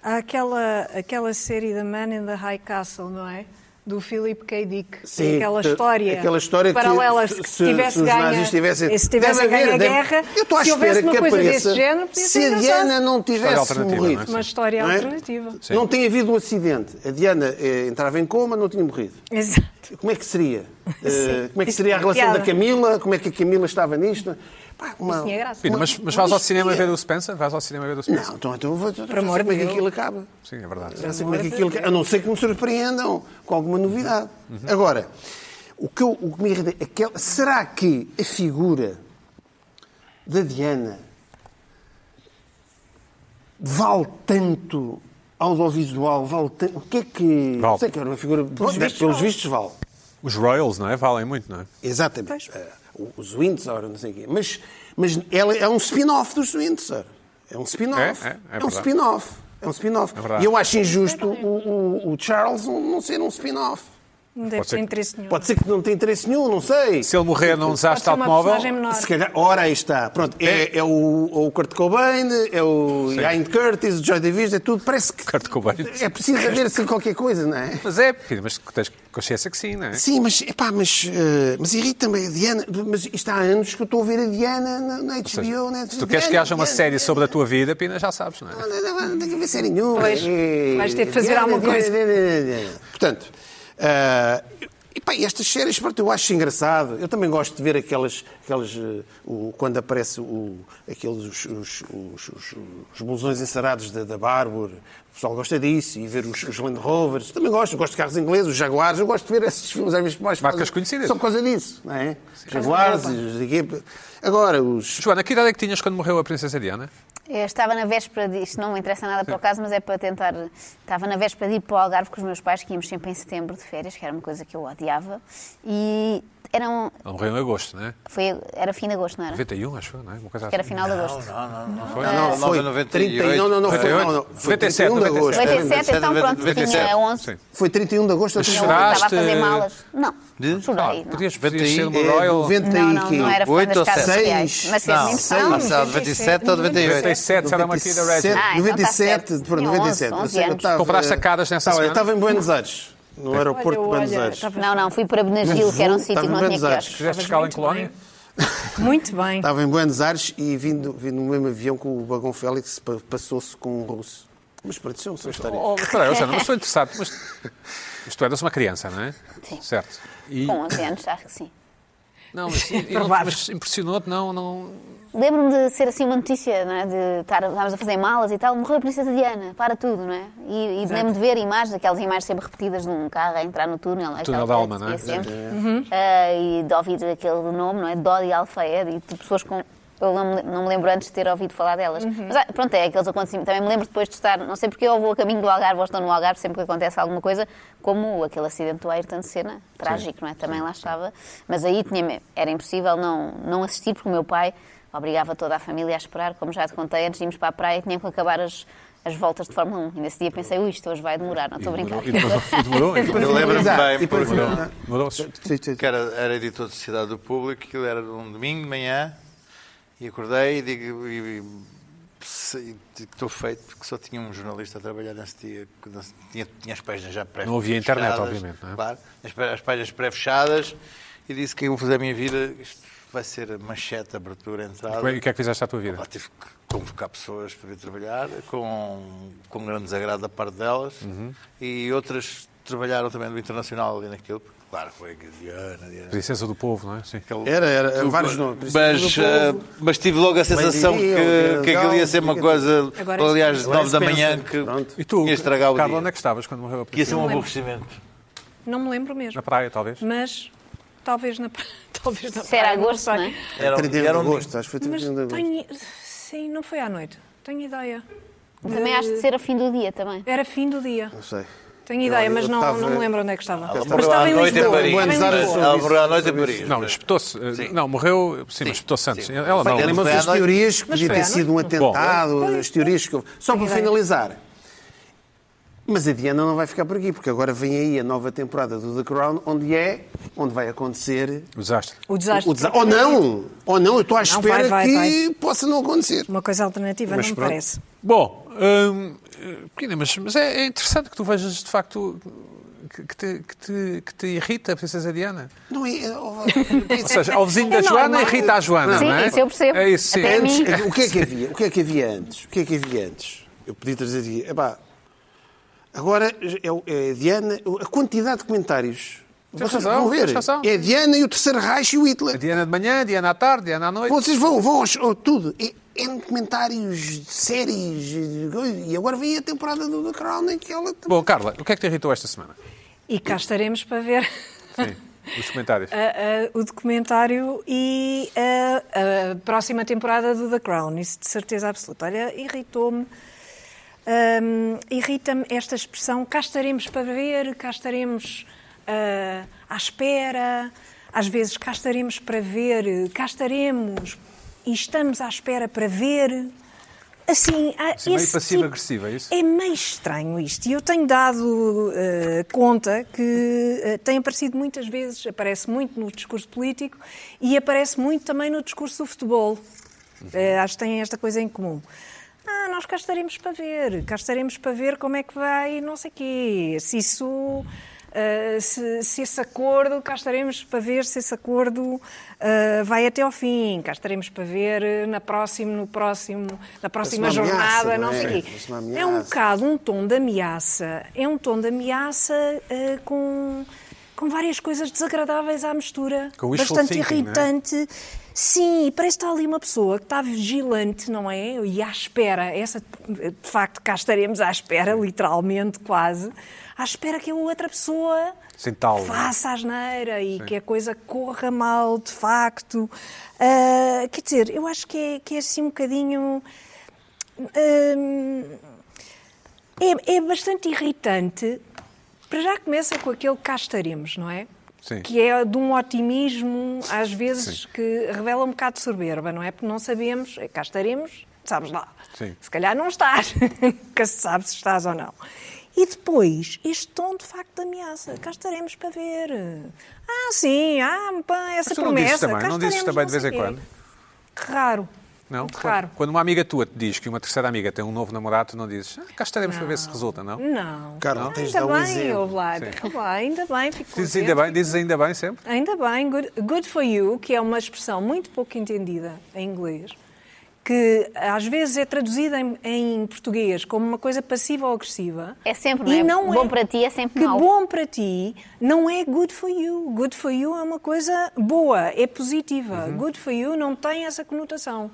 Há aquela, aquela série The Man in the High Castle, não é? Do Philip K. Dick. Tem
Sim,
aquela
que-
história.
aquela história que
paralela,
se-
se,
se-
tivesse
se os
ganho,
nazis tivessem-
se tivesse
Deve haver,
ganho a
deve-
guerra,
Eu estou à
se houvesse
espera
uma
que
coisa
apareça.
desse género, podia
se
ser
a
engraçado.
Diana não tivesse
alternativa,
morrido.
não é?
Uma história
Não é?
alternativa.
Sim.
Não tem havido um acidente. A Diana eh, entrava em coma, não tinha morrido.
Exato.
Como é que seria? Eh,
(laughs) Sim.
como é que seria a
Isso
relação
é piada.
da Camila? Como é que a Camila estava nisto? Pá, uma-
Tinha graça. Um
Pina, mas, mas
uma
vais ao cinema
história.
ver o Spencer? Vais ao cinema ver o Spencer?
Não, então, então eu vou. Então,
Por amor
como é
de
que
Deus.
aquilo acaba?
Sim, é verdade.
Já sei como é que aquilo- A não ser que me surpreendam com alguma novidade. Agora, o que, eu, o que me irrita é que ela- será que a figura da Diana vale tanto audiovisual, vale tanto. O que é que.
Vale.
Sei que era uma figura. Pelos,
vistos,
pelos
vale.
vistos, vale.
Os Royals, não é? Valem muito, não é?
Exatamente. Eh, os Windsor, não sei o quê. Mas, mas ela é um spin-off dos Windsor. É um spin-off.
É, é, é
um
verdade.
spin-off. É um spin-off.
É verdade.
e eu acho injusto o, o- o Charles não não ser um spin-off.
Não deve
Pode ser
ter
que-
interesse nenhum.
Pode ser que não tenha interesse nenhum, não sei.
Se ele morrer num
Pode
desastre
ser
de
uma personagem
automóvel, (laughs)
menor.
Se calhar, ora aí está. Pronto, é, é o, o Kurt Cobain, é o Ian Curtis, o Joy Division, é tudo. Parece que
Kurt Cobain.
é preciso haver assim qualquer coisa, não é?
Mas é, Pina, mas tens consciência que sim, não é?
Sim, mas, epá, mas, eh, mas irrita-me a Diana. Mas isto há anos que eu estou a ver a Diana na, na HBO.
Ou seja,
né?
se tu queres que
Diana,
haja uma
Diana,
série sobre a tua vida, Pina, já sabes, não é?
Não, não, não, não tem que haver série nenhuma.
Pois,
Eh,
vais ter de fazer alguma coisa.
Portanto, ah, e pá, estas séries, pronto, eu acho engraçado. Eu também gosto de ver aquelas, aquelas eh, o- quando aparece o, aqueles os, os, os, os- os blusões ensarados da, da Barbour. O pessoal gosta disso e ver os, os Land Rovers. Também gosto, gosto de carros ingleses, os Jaguares. Eu gosto de ver esses filmes às vezes mais
Marcas conhecidas.
Só por causa disso, não é? Os Jaguares, os, não sei quê. agora os
Joana, que idade é que tinhas quando morreu a Princesa Diana?
Eu É, estava na véspera de, isto não me interessa nada para o caso, mas é para tentar. Estava na véspera de ir para o Algarve com os meus pais, que íamos sempre em setembro de férias, que era uma coisa que eu odiava. E eram.
Ela morreu em agosto, não é?
Foi, era fim de agosto, não era?
91, acho eu, não é? Uma coisa
Que era
assim.
final de agosto.
Não, não, Ah, não.
Foi?
Não, não,
É. foi
98.
30,
um,
não, não, não, foi, não, não, foi
97,
31 de
97.
agosto. tá
97, então
97,
pronto, tinha
97.
11.
Sim.
Foi 31 de agosto, tá eu
Mas
tinha
Não, estava a fazer
Choraste?
malas. Não,
De-
chorei.
Ah,
não.
podias,
não.
podias ser uma
É,
Royal.
noventa-
Não, não, não era fã
Oito
das
ou
casas
sete?
reais. Mas fez-me
Não,
impressão.
passado 97 ou 98.
97, era uma Kid Regina.
Ah, então tá
97,
certo.
pronto,
Tinha
97.
11,
Eu sei que eu
11
tava-
Compraste sacadas nessa
Tava- Eu
semana?
estava em Buenos Aires, no aeroporto de
Olha, olha,
Buenos Aires.
estava-
Não, não, fui para Benagil, que era um
Estava
sítio que
em
não tinha
Buenos Aires.
quiosques.
Fizeste escala em
muito
Colónia?
Muito bem.
Estava em Buenos Aires e vindo, vindo no mesmo avião com o Bagão Félix, pa- passou-se com um russo. Mas pronto, isso é uma só história.
Oh, espera aí, Joana, mas estou interessado. Mas, mas tu eras uma criança, não é?
Sim.
Certo. E,
Com 11 anos, acho que sim.
não, mas, e- e não-
Provável.
mas impressionou-te, não, não...
Lembro-me de ser assim uma notícia, não é? De estar, estávamos a fazer malas e tal, morreu a princesa Diana, para tudo, não é? E, e lembro-me de ver imagens, aquelas imagens sempre repetidas de um carro a entrar no túnel. aquela
Túnel da
coisa
alma,
que
não é?
se via sempre. Ah, e de ouvir aquele nome, não é? Dodi Alfaed e de pessoas com... Eu não me- não me lembro antes de ter ouvido falar delas.
Uhum.
Mas ah, pronto, é aqueles acontecimentos. Também me lembro depois de estar, não sei porque eu vou a caminho do Algarve ou estou no Algarve sempre que acontece alguma coisa, como aquele acidente do Ayrton Senna, trágico, não é? Também lá estava. Mas aí tinha, era impossível não, não assistir, porque o meu pai obrigava toda a família a esperar, como já te contei, antes de irmos para a praia tinha que acabar as, as voltas de Fórmula 1. E nesse dia pensei, ui, isto hoje vai demorar, não estou a brincar.
E demorou, e demorou, e demorou.
Eu lembro-me
Exato,
bem,
e né? para
porque
finalizar-
Demorou-se.
Sim, sim.
que era, era editor de Cidade do Público, aquilo era um domingo de manhã, e acordei e digo, e- e- se- e digo, estou feito, porque só tinha um jornalista a trabalhar nesse dia, que não se- tinha, tinha as páginas já pré
Não havia internet, obviamente, não é?
Claro, as, pá- as páginas pré-fechadas, e disse que eu vou fazer a minha vida, isto vai ser manchete, abertura, entrada.
E o que é que fizeste à tua vida?
Lá tive que convocar pessoas para vir trabalhar, com, com um grande desagrado da parte delas,
Uhum.
e outras trabalharam também no internacional ali naquilo, porque, claro, foi a Guadiana, Diana.
Licença do povo, não é? Sim.
aquele-
Era, era,
Tu-
vários nomes.
Mas, eh, mas tive logo a sensação
Meio-dia,
que,
ou
que aquilo ia
legal,
ser uma
diga-te.
coisa,
Agora
aliás,
isso-
nove da
Agora isso
manhã,
pensa.
que
Pronto.
que ia estragar o
Carla,
dia.
onde é que estavas quando morreu a
Que ia ser
polícia?
um aborrecimento.
Não me lembro
um
mesmo.
Na praia, talvez?
Mas talvez na praia. (laughs) Talvez na
Se era
praia, não
agosto,
sei.
não é?
Era,
31 de
era um
agosto, acho que foi
Mas
31 de agosto.
tenho. Sim, não foi à noite. Tenho ideia.
Também acho de ser a fim do dia também.
Era fim do dia.
Não sei.
Tenho ideia,
eu
mas não,
estava-
não me lembro onde é que estava.
Ela
Mas
morreu
estava um
à
em
noite em
Lisboa.
Paris.
Buenos
estava em
Aires,
Lisboa.
Ela morreu à noite em Paris.
Não, espetou-se. eh,
Sim.
Não, morreu, sim, mas espetou-se antes.
sim.
Ela não.
Bem,
Era
Ele
uma
foi à
das
noite.
teorias que
Mas
podia
foi à
ter sido um atentado,
Foi.
as teorias que houve. Só para
ideia.
finalizar. Mas a Diana não vai ficar por aqui, porque agora vem aí a nova temporada do The Crown, onde é, onde vai acontecer.
um
O desastre.
O desastre.
o desa- Ou não! Ou não, eu estou à espera
vai, vai,
que
vai.
possa não acontecer.
Uma coisa alternativa, não me
pronto.
parece.
Bom, hum, eh, pequena, mas, mas é, é interessante que tu vejas de facto que, que te, que, te, que te irrita a princesa Diana.
Não é. ó,
(laughs) Ou seja, ao vizinho da
É
Joana
normal.
irrita a Joana,
Sim,
não é?
isso eu percebo.
É isso, sim.
Até a mim.
Antes, o que é que havia? O que é que havia antes? O que é que havia antes? Eu podia trazer aqui. Epá, agora é, o- é a Diana, a quantidade de comentários.
Tens
Vocês
razão,
vão ver.
tens razão.
É a Diana e o terceiro Reich e o
A
É
Hitler.
Diana de manhã, a Diana à tarde, a Diana à noite.
Vocês vão, vão aos, ao tudo. É, é de comentários, de séries. de coisa. E agora vem a temporada do The Crown em que ela.
Bom, Carla, o que é que te irritou esta semana?
E cá estaremos para ver
Sim, os
(laughs)
comentários.
Ah,
a- a- o documentário e a, a próxima temporada do The Crown. Isso de certeza absoluta. Olha, irritou-me. hum, Irrita-me esta expressão cá estaremos para ver, cá estaremos ah, à espera. Às vezes cá estaremos para ver, cá estaremos e estamos à espera para ver. Assim, há
Assim, meio
esse
passivo-agressivo, é isso?
é meio estranho isto. E eu tenho dado eh, conta que eh, tem aparecido muitas vezes, aparece muito no discurso político e aparece muito também no discurso do futebol. Eh, acho que têm esta coisa em comum. Ah, nós cá estaremos para ver, cá estaremos para ver como é que vai, não sei quê, se isso. eh, se, se esse acordo, cá estaremos para ver se esse acordo eh, vai até ao fim, cá estaremos para ver eh, na próxima, no próximo, na próxima
Parece uma ameaça,
jornada,
não
não
é?
sei o quê.
Parece uma
É um
ameaça.
bocado um tom de ameaça. É um tom de ameaça eh, com, com várias coisas desagradáveis à mistura.
Com wishful
bastante
thinking, não é?
irritante. Sim, e parece que está ali uma pessoa que está vigilante, não é? E à espera. Essa, de facto, cá estaremos à espera, literalmente, quase. À espera que a outra pessoa
Sem tal. é?
faça a asneira e que a coisa corra mal, de facto. Ah, quer dizer, eu acho que é, que é assim um bocadinho. Hum, é, é bastante irritante. Para já começa com aquele cá estaremos, não é?
Sim.
Que é de um otimismo, às vezes, que revela um bocado de soberba, não é? Porque não sabemos, é, cá estaremos, sabes lá.
Sim.
Se calhar não estás, (laughs) nunca se sabe se estás ou não. E depois, este tom de facto de ameaça, cá estaremos para ver. Ah, sim, ah, pá, essa
Mas tu não
promessa.
dizes também,
cá
não dizes
estaremos,
também de
não
vez em
sei quê.
quando.
Raro.
Não?
Muito raro.
Quando uma amiga tua te diz que uma terceira amiga tem um novo namorado, tu não dizes, ah, cá estaremos para ver se resulta, não?
Não.
Carla,
Ah,
tens de
ainda
dar um
bem,
exemplo.
ouve lá, ouve lá, ainda bem, fico
Dizes
contente.
ainda bem, dizes ainda bem sempre?
Ainda bem, good, good for you, que é uma expressão muito pouco entendida em inglês, que às vezes é traduzida em, em português como uma coisa passiva ou agressiva.
É sempre,
e
não é?
não
Bom para ti é sempre
Que
mau.
bom para ti não é good for you. Good for you é uma coisa boa, é positiva. Good for you não tem essa conotação.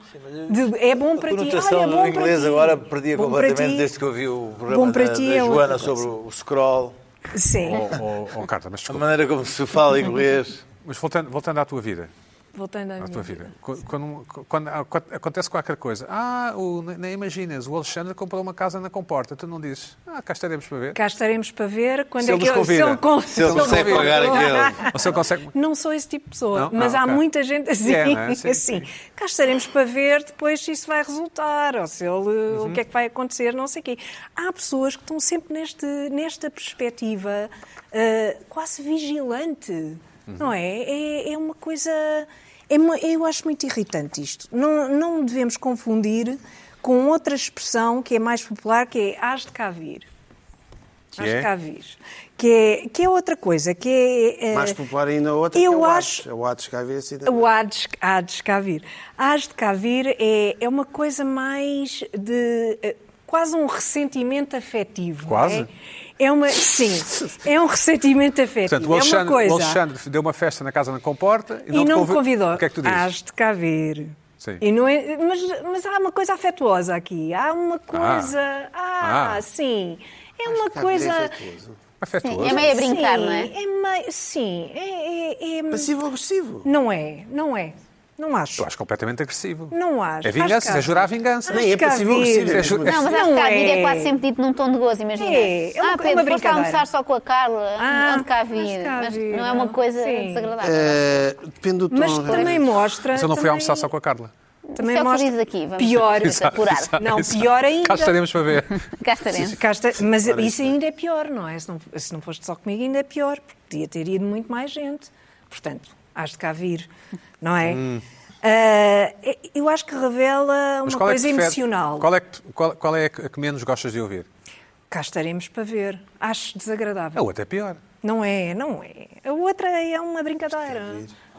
de, é bom para ti.
A conotação
Olha, bom
do inglês
para ti.
agora perdia
Bom para
completamente
ti.
desde que eu vi o
Bom
programa
para
da,
ti
da
é outra
Joana
coisa.
sobre o scroll,
Sim.
Ou, ou, ou Oh, Carla, mas
a
desculpa.
maneira como se fala inglês.
Mas voltando, voltando à tua vida,
Voltando à
à
minha
tua vida. Quando, quando, quando acontece qualquer coisa, ah, o, nem imaginas, o Alexandre comprou uma casa na comporta, tu não dizes, ah, cá estaremos para ver.
Cá estaremos para ver quando
Se
é
ele
que
nos convida.
con-
Se ele
(laughs)
consegue pagar aquele.
Ou se ele consegue.
(laughs) Não sou esse tipo de pessoa,
Não?
mas
Ah,
há
ok.
muita gente assim.
É, não é? Sim,
(laughs) assim.
sim.
Cá estaremos para ver depois se isso vai resultar, ou se ele,
Uhum.
o que é que vai acontecer, não sei o quê. Há pessoas que estão sempre neste, nesta perspectiva ah, quase vigilante,
Uhum.
não é? é? é uma coisa. é uma- eu acho muito irritante isto. Não, não devemos confundir com outra expressão que é mais popular, que é has de cá vir.
Que
aos
é?
cavis. Que é, que é outra coisa, que é... eh,
Mais popular ainda outra
eu
que é o
acho-
Hades. É o Hades que há a ver assim também.
O Hades, Hades Cavir. Hades de Cavir é, é uma coisa mais de. eh, quase um ressentimento afetivo. não
Quase?
É? é uma. Sim, é um ressentimento afetivo.
Portanto, o
é uma
Alexandre,
coisa.
o Alexandre deu uma festa na casa na comporta e não,
e
te
não me
convi-
convidou.
O que é que tu dizes?
Hás de cá vir.
Sim.
E não é- mas, mas há uma coisa afetuosa aqui. Há uma coisa. Ah,
Ah.
sim. É
Acho
uma
que há de ver
coisa.
afetuoso.
Afetuoso.
Sim, é meio a brincar,
sim,
não é?
meio- sim, é- é- é-
Passivo-agressivo.
não é, não é. Não acho.
Tu és completamente agressivo.
Não acho.
É vingança,
Acho que há-
é jurar a vingança.
Nem é
Fica a
passivo-agressivo.
ver.
é mesmo.
Não, mas acho
Não
que cá a vir é
é.
quase sempre dito num tom de gozo, imagina.
É, é uma-
ah,
é uma
Pedro, foste
brincadeira.
almoçar só com a Carla,
Ah,
onde cá
foste
vir.
cá
Mas
vir,
não é uma
não.
coisa
Sim.
desagradável.
É.
Eh, depende do tom.
Mas
não é?
também mostra.
Mas eu não fui
também-
almoçar só com a Carla.
Também
Isso é o que
mostra
diz aqui, vamos
pior.
(laughs) Exato, apurar. exato,
(laughs)
Não,
Isso.
pior ainda.
Cá estaremos para ver.
(laughs)
Cá estaremos.
Cá está- Mas isso ainda é pior, não é? Se não, se não foste só comigo, ainda é pior, porque podia ter ido muito mais gente. Portanto, has de cá vir, não é? Ah, eu acho que revela
Hum. Mas
uma
qual é que
coisa
prefere-
emocional.
Qual é, que, tu- qual, qual é a que a que menos gostas de ouvir?
Cá estaremos para ver. Acho
A
desagradável.
outra é pior.
Não é, não é. A outra é uma brincadeira.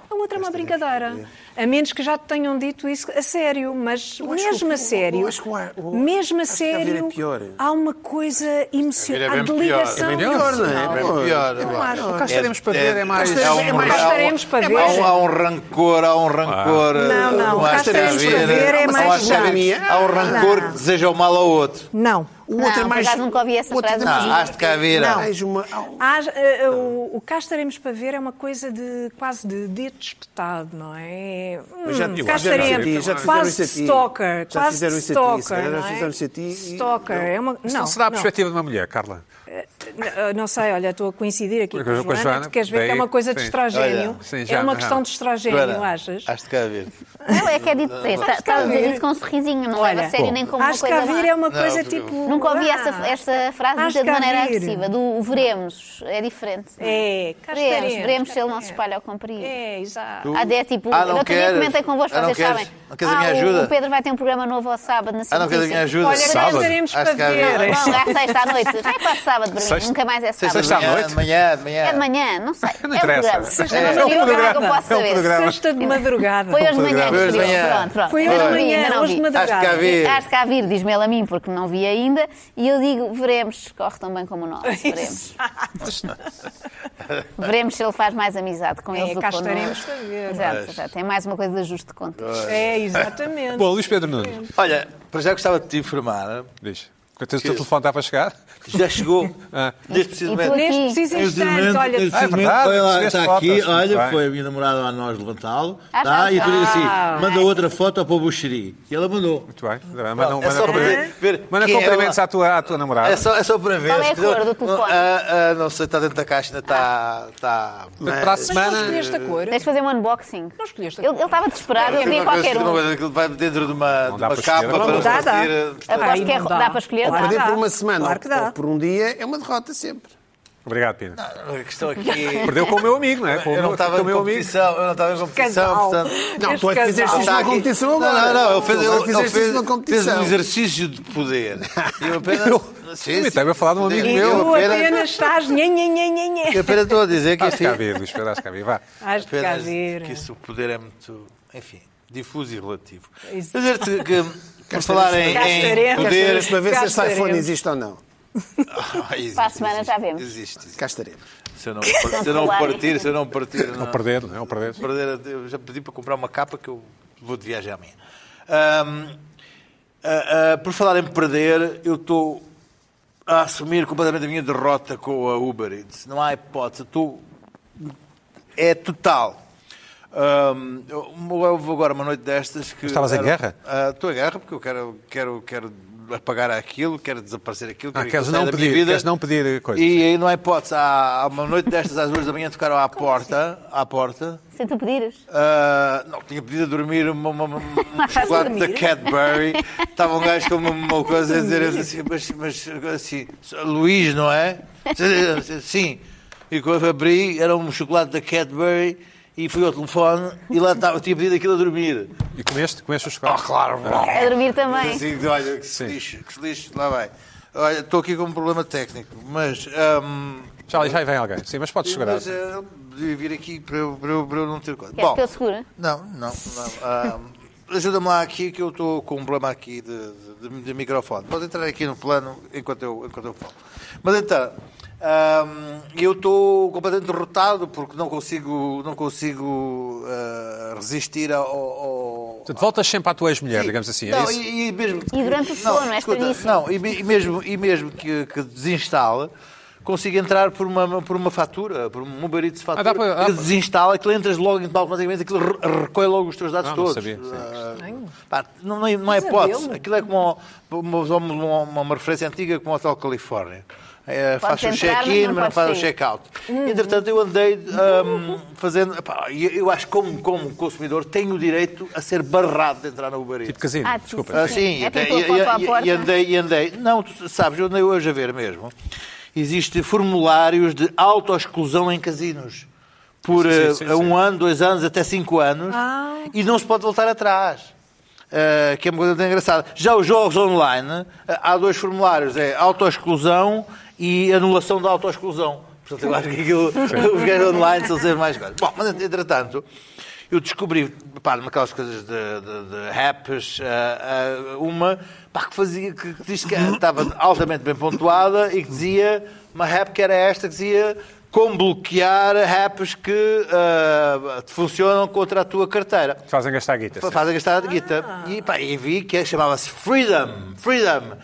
A outra é uma brincadeira. A menos que já te tenham dito isso a sério, mas
Eu acho
mesmo
que o-
a sério.
eu acho que o- o-
mesmo a
acho que a ver é
sério,
pior.
há uma coisa
A
emocional.
ver é
Há
bem pior.
ligação.
É bem pior,
Pior, não
É
é?
bem
Pô,
pior.
Eu
é
acho.
bem-
Cá estaremos para ver, é mais-
há um-
É mais-
há um-
estaremos para ver.
Há um, há um rancor, há um rancor.
Não, não,
há
cá estaremos para ver, é
não
mais
há de
chato.
haver- Há um rancor que deseja o mal ao outro.
Não.
O outro
Não,
é
por
mais.
acaso nunca ouvi essa
o outro é
frase.
mais-
Não, há de cá ver.
Não.
há-
Tens uma- há um-
Há- eh, o, o cá estaremos para ver é uma coisa de quase de dedo espetado, não é? Hum,
já-
eu
cá
acho que já te
estaremos.
fizeram isso a ti, já te
quase
fizeram isso a ti.
stalker.
Já
quase
fizeram isso a ti, se
stalker.
calhar já
não é?
fizeram isso a ti e-
Stalker. É uma,
Isto
não,
não, será a
não.
perspectiva de uma mulher, Carla.
N- Ah, Não sei, olha, estou a coincidir aqui
Com a
com a
Joana,
Joana. Tu queres ver
daí-
que é uma coisa de
sim.
estrogênio.
Olha, sim,
é
já,
uma
já.
questão de estrogênio,
Joana,
achas?
Há de cá ver.
Não, é que é dito. Está está a dizer isso com um sorrisinho, não leva
Olha,
a sério
Bom.
nem como uma
Acho que
coisa.
a vir
má.
é uma
Não,
coisa
porque-
tipo.
Nunca ouvi
ah,
essa, essa frase
acho
dita de
que há
maneira
vir.
agressiva, do o veremos, é diferente.
É, cá
Veremos,
estaremos.
veremos se ele não se
cá
espalha ao comprido.
É, exato.
Há de é tipo,
Ah,
eu
não
outro dia
queres?
comentei convosco,
Ah, não
vocês
queres?
sabem.
Não queres a minha
Ah, o-
ajuda?
O Pedro vai ter um programa novo ao sábado na
Ah, não queres a minha
Científica.
ajuda?
Olha, cá
Sábado?
estaremos
Acho
para
que há
ver.
ver.
Não, é sexta à noite. Já é quase sábado para mim.
Sexta-
Nunca mais é sábado.
Sexta
Sexta à
de manhã,
noite?
de manhã, de manhã.
É de manhã, não sei.
Não
é um programa.
interessa.
de
Mas
manhã.
eu
É um
agora que eu
programa.
posso
É um
saber.
programa.
Sexta de madrugada.
Foi hoje de manhã
Foi
que
hoje de
escreveu.
manhã.
Pronto, pronto.
Foi
Ainda
hoje de
não vi,
manhã,
ainda não
hoje
vi.
de madrugada.
Acho que há ver.
Há de cá vir, diz-me ele a mim, porque não vi ainda. E eu digo, veremos, corre tão bem como
É
nós. Veremos. Veremos se ele faz mais amizade com eles do que
É, cá
connosco.
estaremos para ver.
Exato, exato. É mais uma coisa de ajuste de contas.
É, exatamente.
Bom, Luís Pedro Nunes,
Olha, para já gostava de te informar.
diz. Enquanto o teu telefone está para chegar. (laughs)
Já chegou. (laughs)
Ah.
Neste
E
preciso
tu
momento.
aqui?
Neste preciso
Neste
instante,
momento,
olha,
neste
Ah, é
momento,
verdade,
foi lá,
recebeste
está aqui,
fotos, muito
olha,
bem.
foi a minha namorada a nós levantá-lo.
Ah,
Tá,
está.
e tu disse
Ah.
assim: manda outra foto para o Buxeri. E ela mandou.
Muito bem. Manda,
é só
manda,
para ver- ver
manda
quem é
cumprimentos
ela.
à tua, à tua namorada.
É só, é só para ver.
Qual é a
Não-
cor do telefone?
Ah, ah, não sei, está dentro da caixa, ainda está. está...
Portanto, Para a
Mas não
semana.
escolheste a cor.
Tens de fazer um unboxing.
Não escolheste a
Ele
cor.
ele estava desesperado, eu queria
Uma coisa-
qualquer
uma
um.
coisa que vai dentro de uma, de
dá
uma
para
capa
escolher.
para
Não
dá, dá.
partir. eh,
Aposto
Ai,
que é-
não
dá para escolher,
Claro
dá.
Perder
que dá.
por uma semana
Claro que
ou,
dá.
ou por um dia é uma derrota sempre.
Obrigado, Pina.
A
(laughs)
questão aqui.
Perdeu com o meu amigo, não é? Com o
é Eu não
meu-
estava
com
em
o meu amigo.
competição, eu não estava em competição,
Casal.
portanto.
Não,
Este
tu é que fizeste
casal.
isto na
aqui.
competição
não,
agora.
não, não, ele fez,
Tu
ele,
agora
ele
fizeste
fez,
isto na competição.
fez um exercício de poder. (laughs) E eu apenas.
Eu- eu estava a falar de um amigo
E
meu.
eu
tu
apenas-
apenas estás. Nhe, nhe, nhe, nhe, nhe.
Eu apenas estou a dizer que
Acho
assim,
que há vida, Luís Pedro, acho que há vida. Vá.
Has de cá
apenas
ver.
que isso, o poder é muito, enfim, difuso e relativo.
Isso.
Dizer-te que, (laughs) por falar em,
cá
em
estaremos.
Cá
poder...
estaremos para ver se
Cá
este iPhone
estaremos.
existe ou não.
(laughs) Ah, existe,
Para a semana
existe,
já vemos.
Existe, existe.
Cá estaremos.
Se eu não, se eu não partir, se eu não partir...
Não perder, não é? Não perder.
Verdadeira, eu já pedi para comprar uma capa que eu vou de viagem amanhã. Ahm, ah, ah, por falar em perder, eu estou a assumir completamente a minha derrota com a Uber Eats. Não há hipótese. Eu Estou... É total. Ahm, eu- houve agora uma noite destas que...
estavas em
era-
guerra?
Ah, Estou em guerra porque eu quero, quero, quero apagar aquilo, quero desaparecer aquilo.
Ah,
quero
queres
que
não
saia da minha
pedir,
vida.
queres não pedir coisas.
E aí não há hipótese. Há, há uma noite destas, às duas da manhã, tocaram à porta. À porta.
Se tu pedires.
Ah, não, tinha pedido a dormir uma, uma, uma, um chocolate da
dormir?
Cadbury. Estava um gajo com uma, uma coisa a dizer assim, mas, mas assim, Luís, não é? Sim. E quando abri, era um chocolate da Cadbury e fui ao telefone e lá estava, tinha pedido aquilo a dormir.
E comeste, comeste os
Ah,
chocolates?
claro.
A dormir também.
Assim, olha, que se
Sim.
lixe, que se lixe, lá vai. Olha, estou aqui com um problema técnico, mas. hum,
Já, ali- já aí vem alguém. Sim, mas podes segurar.
mas eh, devia vir aqui para eu, para eu- para eu não ter conta.
Queres que eu segura?
Não, não, não. Ahm, Ajuda-me lá aqui que eu estou com um problema aqui de, de- de microfone. Pode entrar aqui no plano enquanto eu, enquanto eu falo. Mas então, ahm, eu estou completamente derrotado porque não consigo, não consigo ah, resistir ao- ao,
Portanto, voltas sempre à tua ex-mulher, digamos assim.
não,
é isso?
E, e mesmo que-
E durante o sono, é
escuta,
estranhíssimo.
Não, e, me- e mesmo, e mesmo que, que desinstala, consigo entrar por uma, por uma fatura, por um Uber Eats fatura,
Ah, dá para- dá
que
para-
desinstala, que entras logo automaticamente, aquilo re- recolhe logo os teus dados
Ah, não
todos.
sabia, sim.
Ah, pá, não, não, é- não é
Mas é
hipótese.
dele.
Aquilo é como uma, uma, uma- uma referência antiga como o Hotel Califórnia. É,
Podes
faz o
entrar, mas
check-in,
não
mas não
podes
faz o
sair.
check check-out. Entretanto, eu andei hum, fazendo. epá, e eu acho que, como, como consumidor, tenho o direito a ser barrado de entrar na Uber
Tipo
Eats.
casino,
Ah,
desculpa.
Ah,
sim.
sim,
É
e,
tipo
e-
a foto à
e- e
porta.
andei, e andei. Não, tu sabes, eu andei hoje a ver mesmo. Existem formulários de autoexclusão em casinos. Por
Sim,
eh,
sim, sim,
um
sim.
ano, dois anos, até cinco anos.
Ah.
E não se pode voltar atrás. Eh, que é uma coisa muito engraçada. Já os jogos online, eh, há dois formulários: é autoexclusão e anulação da autoexclusão. Portanto, eu acho que aquilo, os gajos online são sempre mais coisas. Bom, mas entretanto, eu descobri, pá, numa daquelas coisas de, de, de apps, ah, ah, uma, pá, que fazia, que diz que estava altamente bem pontuada e que dizia, uma app que era esta, que dizia como bloquear apps que ah, funcionam contra a tua carteira.
Te Fazem gastar guita. sim.
Fazem gastar a guita.
Ah.
E, pá, e vi que é- chamava-se Freedom. Freedom.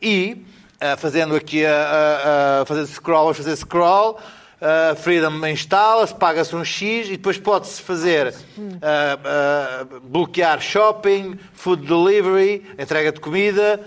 E ah, fazendo aqui, a- a- a- fazendo scroll, fazer scroll, ah, Freedom instala-se, paga-se um X e depois pode-se fazer ah, ah, bloquear shopping, food delivery, entrega de comida.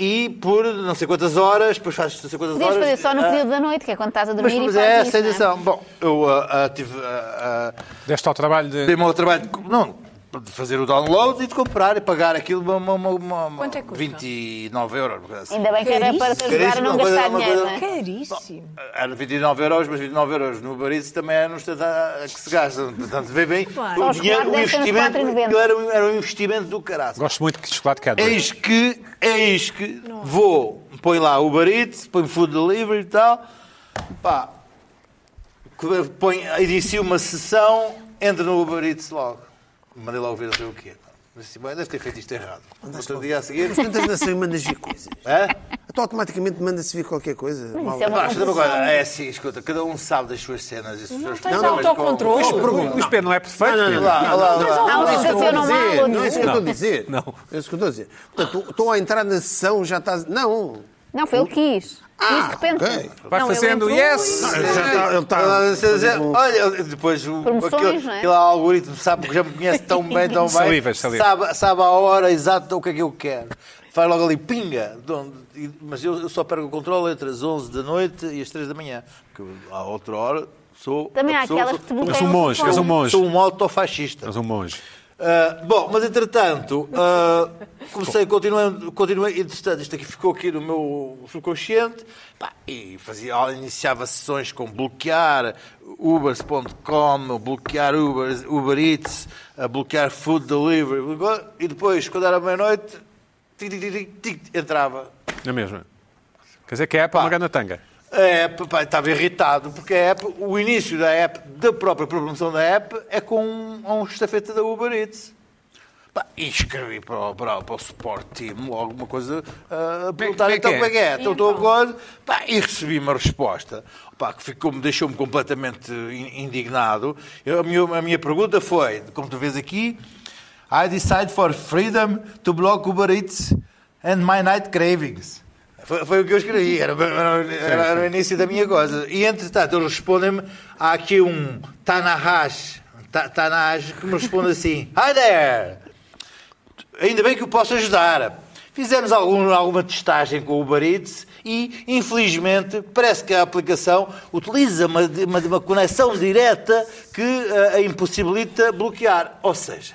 E por não sei quantas horas, depois fazes não sei quantas
Podemos
horas.
fazer só no
ah,
período da noite, que é quando estás a
mas,
dormir
mas
e
é
fazes
essa
isso, não é?
edição. Bom, eu ah, ah, tive. ah, ah,
Deste ao trabalho
dei
de.
o trabalho de, não, de fazer o download e de comprar e pagar aquilo uma, uma, uma, uma- uma-
Quanto é que custa?
29 euros. uma coisa assim.
Ainda bem que era para te ajudar a
Caríssimo,
não
uma coisa-
gastar
uma
dinheiro, não
coisa-
é?
Caríssimo.
Era 29 euros, mas 29 euros no Uber Eats também é no estado que se gasta. (laughs) Portanto, vê bem,
Claro.
Só
o
os
dinheiro, o
chocolates devem ser uns
investimento,
4,90.
aquilo era, um- era um investimento do caraças.
Gosto muito de chocolate Cadbury.
É
Eis que, eis que vou, põe lá Uber Eats, põe Food Delivery e tal, pá, que põe, inicio uma sessão, entro no Uber Eats logo. Mandei logo ver até o quê. Mas assim, bem, deve ter feito isto errado.
é
Outro dia a seguir,
Mas tu
(laughs)
entras na ação e mandas vir coisas.
hã?
Tu Então, automaticamente mandas-se vir qualquer coisa. Mal-
Isso é uma
Pá, escuta uma coisa,
confusão.
é assim, escuta, cada um sabe das suas cenas e das suas
tens
problemas com-
autocontrole.
com-
O Luís Pedro não é perfeito.
Não, não,
Pedro.
não.
Lá, lá, lá.
Há uns que
isso que eu
estacionam
estou a dizer,
mal,
Não é
outros
isso que eu estou a
Não.
dizer.
Não.
É isso que eu estou a dizer. Portanto, estou a entrar na sessão, já estás. Não. Ah,
Não, foi ele que quis.
Ah,
Quis de repente.
ok.
Vai
Não, ele
fazendo
entrou
yes.
Não, ele já está- ele está-
Ela disse, é- Olha, depois o,
Promoções,
aquele,
não é?
aquele algoritmo sabe que já me conhece tão bem, tão bem.
Salivas, salivas.
Sabe, sabe a hora exata o que é que eu quero. Faz logo ali, pinga. de onde- e- mas eu, eu só perco o controle entre as 11 da noite e as 3 da manhã. Porque eu, à outra hora sou.
Também
a
há
pessoa-
aquelas
sou-
que te
És
bloqueiam.
um monge, és um monge.
Sou um autofascista.
És um monge.
Ah, bom, mas entretanto, ah, comecei, continuei, continuei, entretanto, isto aqui ficou aqui no meu subconsciente, pá, e fazia, ah, iniciava sessões com bloquear ubers.com, bloquear Uber, Uber Eats, ah, bloquear food delivery, e depois, quando era meia-noite, tic, tic, tic, tic, tic, entrava
Não é mesmo? Quer dizer que é para uma grande tanga.
a app, pá, estava irritado, porque a app, o início da app, da própria promoção da app, é com um, um estafeta da Uber Eats. Pá, e escrevi para o, para, o- para o support team logo uma coisa ah, a perguntar
como é que
então
é?
como é que é, então estou agora, pá, e recebi uma resposta, pá, que ficou, me deixou-me completamente in- indignado. Eu- a, minha, a minha pergunta foi, como tu vês aqui, I decide for freedom to block Uber Eats and my night cravings. Foi, foi o que eu escrevi, era, era- era- era o início da minha coisa. E entretanto, eles respondem-me, há aqui um Tanahash, Ta- Tanahash que me responde assim, Hi there! Ainda bem que o posso ajudar. Fizemos algum- alguma testagem com o Uber Eats e, infelizmente, parece que a aplicação utiliza uma, uma- uma conexão direta que eh, a impossibilita bloquear. Ou seja,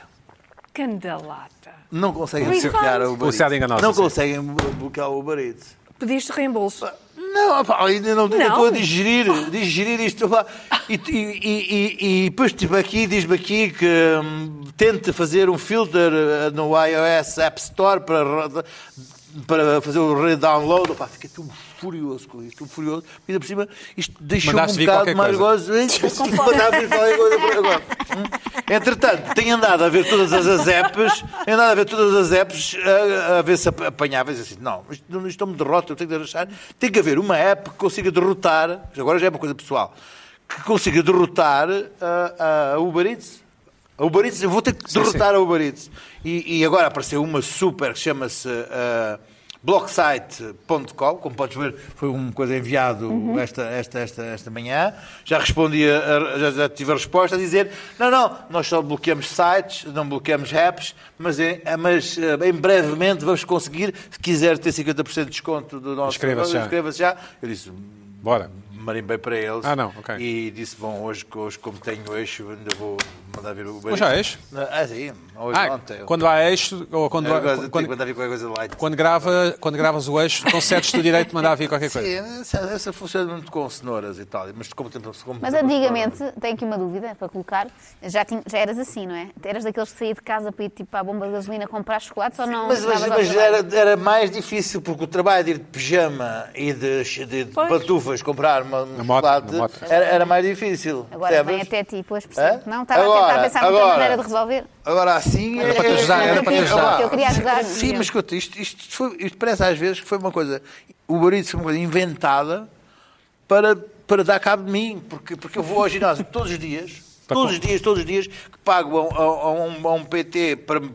Candalata.
não conseguem
Pois
bloquear
faz.
o Uber
Publicidade
Eats.
enganosa,
Não
sim.
conseguem bloquear o Uber Eats.
Pediste reembolso.
Não, pá, ainda não,
Não.
eu estou a digerir, digerir isto. pá. E, e, e, e, e depois tipo aqui, diz-me aqui que hum, tente fazer um filter eh, no iOS App Store para ro- para fazer o redownload. Opa, fiquei tão furioso com isto, tão furioso. E ainda por cima, isto deixou-me um
Mandaste vir
bocado
qualquer
mais gozo. Mandaste vir qualquer coisa por agora. Hum? Entretanto, tenho andado a ver todas as azeps, tenho andado a ver todas as apps, a, a ver se ap- apanhava e dizia assim, não, isto, não- isto não me derrota, eu tenho que deixar. Tem que haver uma app que consiga derrotar, agora já é uma coisa pessoal, que consiga derrotar a, a Uber Eats. A Uber Eats, eu vou ter que derrotar a Uber Eats. E, e agora apareceu uma super que chama-se ah, blocksite.com, como podes ver, foi uma coisa enviado esta, esta, esta, esta manhã. Já respondi, a- a- já, já tive a resposta a dizer: não, não, nós só bloqueamos sites, não bloqueamos apps, mas, em, ah, mas ah, em brevemente vamos conseguir, se quiser ter 50% de desconto do nosso
Inscreva-se já.
inscreva-se já. Eu disse:
Bora.
marimbei é para eles.
Ah, não, ok.
E disse: bom, hoje, hoje como tenho eixo, ainda vou mandar vir o Uber.
Hoje há
Eats."
eixo?
Não, Ah, sim, hoje
Ah,
ontem.
quando há eixo, ou quando,
Eu gosto de-
quando,
tipo-
quando havia qualquer coisa light.
quando grava, quando gravas o eixo, concedes-te o direito de mandar vir qualquer coisa.
(laughs)
Sim, essa, essa funciona muito com cenouras e tal, mas como tempo como
Mas
tempo-
antigamente, tenho aqui uma dúvida para colocar, já, tinha- já eras assim, não é? Eras daqueles que saía de casa para ir tipo à bomba de gasolina comprar chocolates ou não?
Mas, mas-
chegavas ao
mas
trabalho?
era, era mais difícil porque o trabalho de ir de pijama e de, de- de
Pois.
pantufas comprar uma, um
Na moto,
chocolate
na moto.
Era, era mais difícil.
Agora vem
percebes?
até tipo, ti, pois
Hã?
percebo. Não, estava a tentar
Agora,
pensar numa
agora.
maneira de resolver.
Agora assim.
Era para te ajudar, era para te ajudar.
Eu queria ajudar,
Sim,
Miguel.
mas escuta, isto, isto, foi- isto parece às vezes que foi uma coisa. O barulho foi uma coisa inventada para, para dar cabo de mim, porque, porque eu vou ao ginásio todos os dias,
Para
todos
com-
os dias, todos os dias, que pago a, a- a um, a um PT para, para,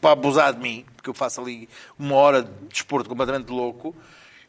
para abusar de mim, porque eu faço ali uma hora de desporto completamente louco.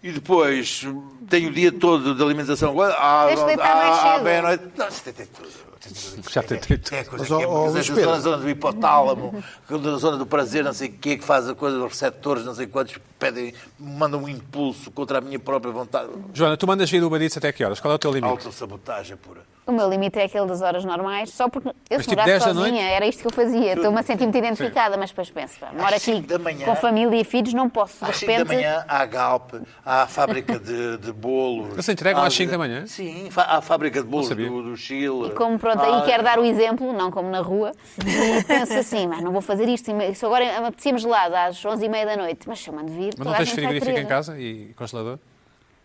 E depois tenho o dia todo de alimentação. Ah,
Tens de deitar mais
ah, ah,
cedo.
bem à noite. Não, isto tem tudo. tem tudo.
Já tentei tudo.
É coisa
Mas,
que é
ó, ó,
coisa
Luís
da
Pedro.
zona- zona do hipotálamo, da zona do prazer, não sei o quê, que faz a coisa dos receptores, não sei quantos, pedem, mandam um impulso contra a minha própria vontade.
Joana, tu mandas vir o Uber Eats até que horas? Qual é o teu limite?
Autossabotagem pura.
O meu limite é aquele das horas normais, só porque eu
Mas,
se
tipo,
morasse
10 da
sozinha,
noite?
era isto que eu fazia. Estou-me a sentir muito identificada, mas depois penso, pá, moro
Às
aqui
cinco da manhã-
com família e filhos, não posso, de
Às 5 da
repente.
manhã há a Galp, há a fábrica de, de bolos.
Eles entregam
Há-
às cinco da manhã?
Sim, fa- há a fábrica de bolos
sabia.
do, do Chile.
E como pronto,
Há-
aí quero dar o exemplo, não como na rua, e penso assim, mas não vou fazer isto, se agora apetecia-me gelado às 11h30 da noite, mas chamando de vir.
Mas
toda
não
a
tens
gente vai
frigorífico em
querer.
casa e congelador?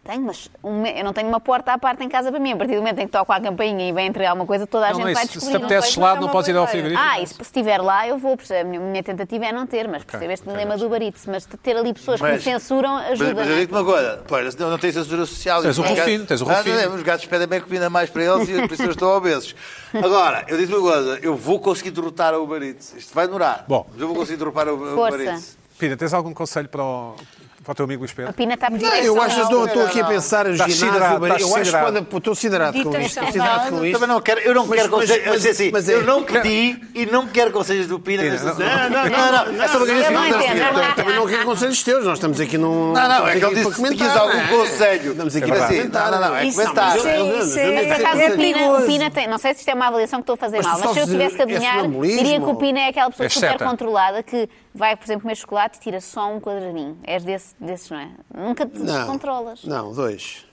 Tenho, mas um me- eu não tenho uma porta à parte em casa para mim. A partir do momento em que toco a campainha e vem entregar alguma coisa, toda a
Não,
gente
não é
vai
isso. Se
descobrir.
te
apetece
apetece
não
gelado,
é
não
uma
podes ir
boa
ao
ideia.
frigorífico?
Ah, e se se estiver lá, eu vou. percebe? A minha, minha tentativa é não ter, mas percebo este
ok,
dilema do barito. Mas de ter ali pessoas
Mas-
que me censuram ajuda.
Mas,
é?
mas eu digo-te uma coisa, pois, não, não tem censura social.
Tens o
Os gatos-
Rufino, tens o
Ah,
Rufino.
não é, os gatos pedem bem comida mais para eles e as pessoas estão obesos. Agora, eu digo-te uma coisa, eu vou conseguir derrotar a Uber Eats. Isto vai demorar.
Bom.
Mas eu vou conseguir derrotar a
Força.
Uber Eats.
Pina, tens algum conselho para o, para o teu amigo Luís Pedro?
A Pina está muito
Não, eu
é
acho que estou aqui a pensar a
Estás
ginásio.
siderado,
Barito. eu
estás
acho que
siderado.
quando a- estou siderado com isto. Estou
Dita-me
siderado
Não,
com
eu
isto.
também não quero, eu não
Mas-
quero
mas-
conselhos. eu,
mas-
sei assim,
mas é-
eu não pedi e não quero conselhos do Pina.
Pina,
nesta-
não-
não, não, não, não, é só uma questão de-
Eu não entendo.
Então, assim, Também não quero conselhos teus, nós estamos aqui num.
Não, não, é
estamos
que ele
aqui para
disse que
comentar,
tinhas algum
não é?
conselho.
Estamos aqui
É
para
verdade.
comentar.
Não, não, não, é
Isso-
comentário.
isso é-
Eu-
isso
eu- eu-
Por
é-
acaso,
é
a tá- Pina, o
perigoso.
Pina tem. Não sei se isto é uma avaliação que estou a fazer
Mas tu
mal, mas se
sofres
eu
de-
tivesse que
é
adivinhar,
sonambulismo
diria que o
ou-
Pina é aquela pessoa
És
super
seta.
controlada que vai, por exemplo, comer chocolate e tira só um quadradinho. És desse, desses, não é? Nunca te
Não.
controlas. é
Não, dois.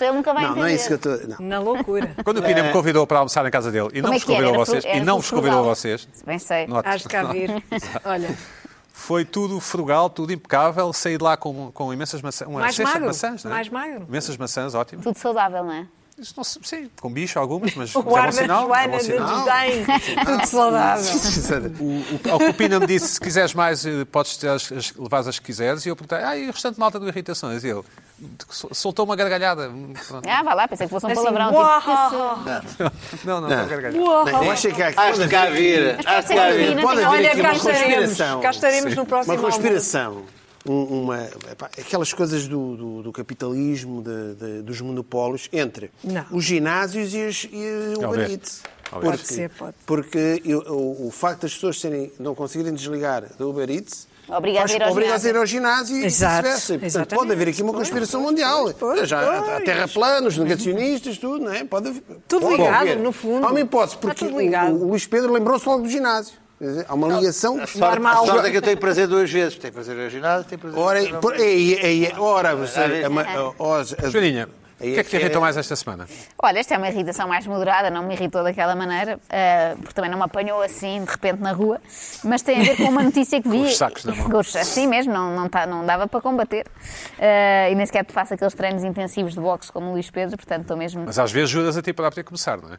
Ele nunca vai
Não, não é isso que eu
entender.
estou. Não.
Na loucura.
Quando o Pina me convidou para almoçar na casa dele e não
É. Como é
vos
que era?
convidou a
Era
vocês,
fru-
e
era
não vos
frugal.
convidou a vocês,
Bem sei.
note,
Acho que há a ver. Olha,
foi tudo frugal, tudo impecável, saí de lá com, com imensas maçãs, uma
Mais
cesta de
magro,
maçãs, não é?
mais magro.
Imensas maçãs, ótimo.
Tudo saudável, não é?
Isso não se- sim, com bicho algumas, mas,
(laughs)
mas é
o
bom
guarda
sinal. É bom
Joana de
sinal.
(laughs)
Dudem. Tudo saudável.
Ao que o Pina me disse, se quiseres mais, eh, podes ter as, as, levar as que quiseres. E eu perguntei, ah, e o restante malta do Irritações? E ele sol- soltou uma gargalhada. Pronto.
Ah, vá lá, pensei que fosse um
Assim,
palavrão.
uau.
Tipo, isso.
Não, não, não, gargalhada.
Uau.
Eu acho que há aqui.
Acho que há a vir. Acho que há a vir.
é? Não
Pode
tem-
haver
Olha,
aqui
cá
uma
estaremos.
conspiração.
Cá estaremos no próximo
Uma
almoço.
conspiração. Um- uma, epá, aquelas coisas do, do- do capitalismo, de- de- dos monopólios, entre
Não.
os ginásios e, os, e o
Talvez.
Uber Eats.
Talvez.
Pode ser, pode.
porque eu- o, o facto das pessoas terem, não conseguirem desligar da Uber Eats
Obrigado
faz-
a ir ao
obriga a
ginásio.
ir ao ginásio e
Exato,
vice-versa. E, Portanto,
exatamente.
pode haver aqui uma conspiração mundial. Já, há terraplanos, negacionistas, tudo, não é? Pode haver.
Tudo
pode
ligado,
haver.
no fundo.
Há uma hipótese,
Está
porque
tudo ligado.
o, o Luís Pedro lembrou-se logo do ginásio. Quer dizer, Há uma ligação
A sorte, a
Normal.
sorte é que eu tenho prazer duas vezes. Tenho prazer ao ginásio, tenho prazer
Ora,
ao
por, é, é, é, ora, você,
Ah, é.
a ma- a- os- a-
Joaninha, O que é que te irritou mais esta semana?
Olha, esta é uma irritação mais moderada, não me irritou daquela maneira, ah, porque também não me apanhou assim de repente na rua, mas tem a ver com
(laughs)
uma notícia que vi.
Com os sacos na mão.
Com os- Assim mesmo, não, não, tá- não dava para combater. Ah, e nem sequer te faço aqueles treinos intensivos de boxe como o Luís Pedro, portanto estou mesmo.
Mas às vezes juras a ti para começar, não é?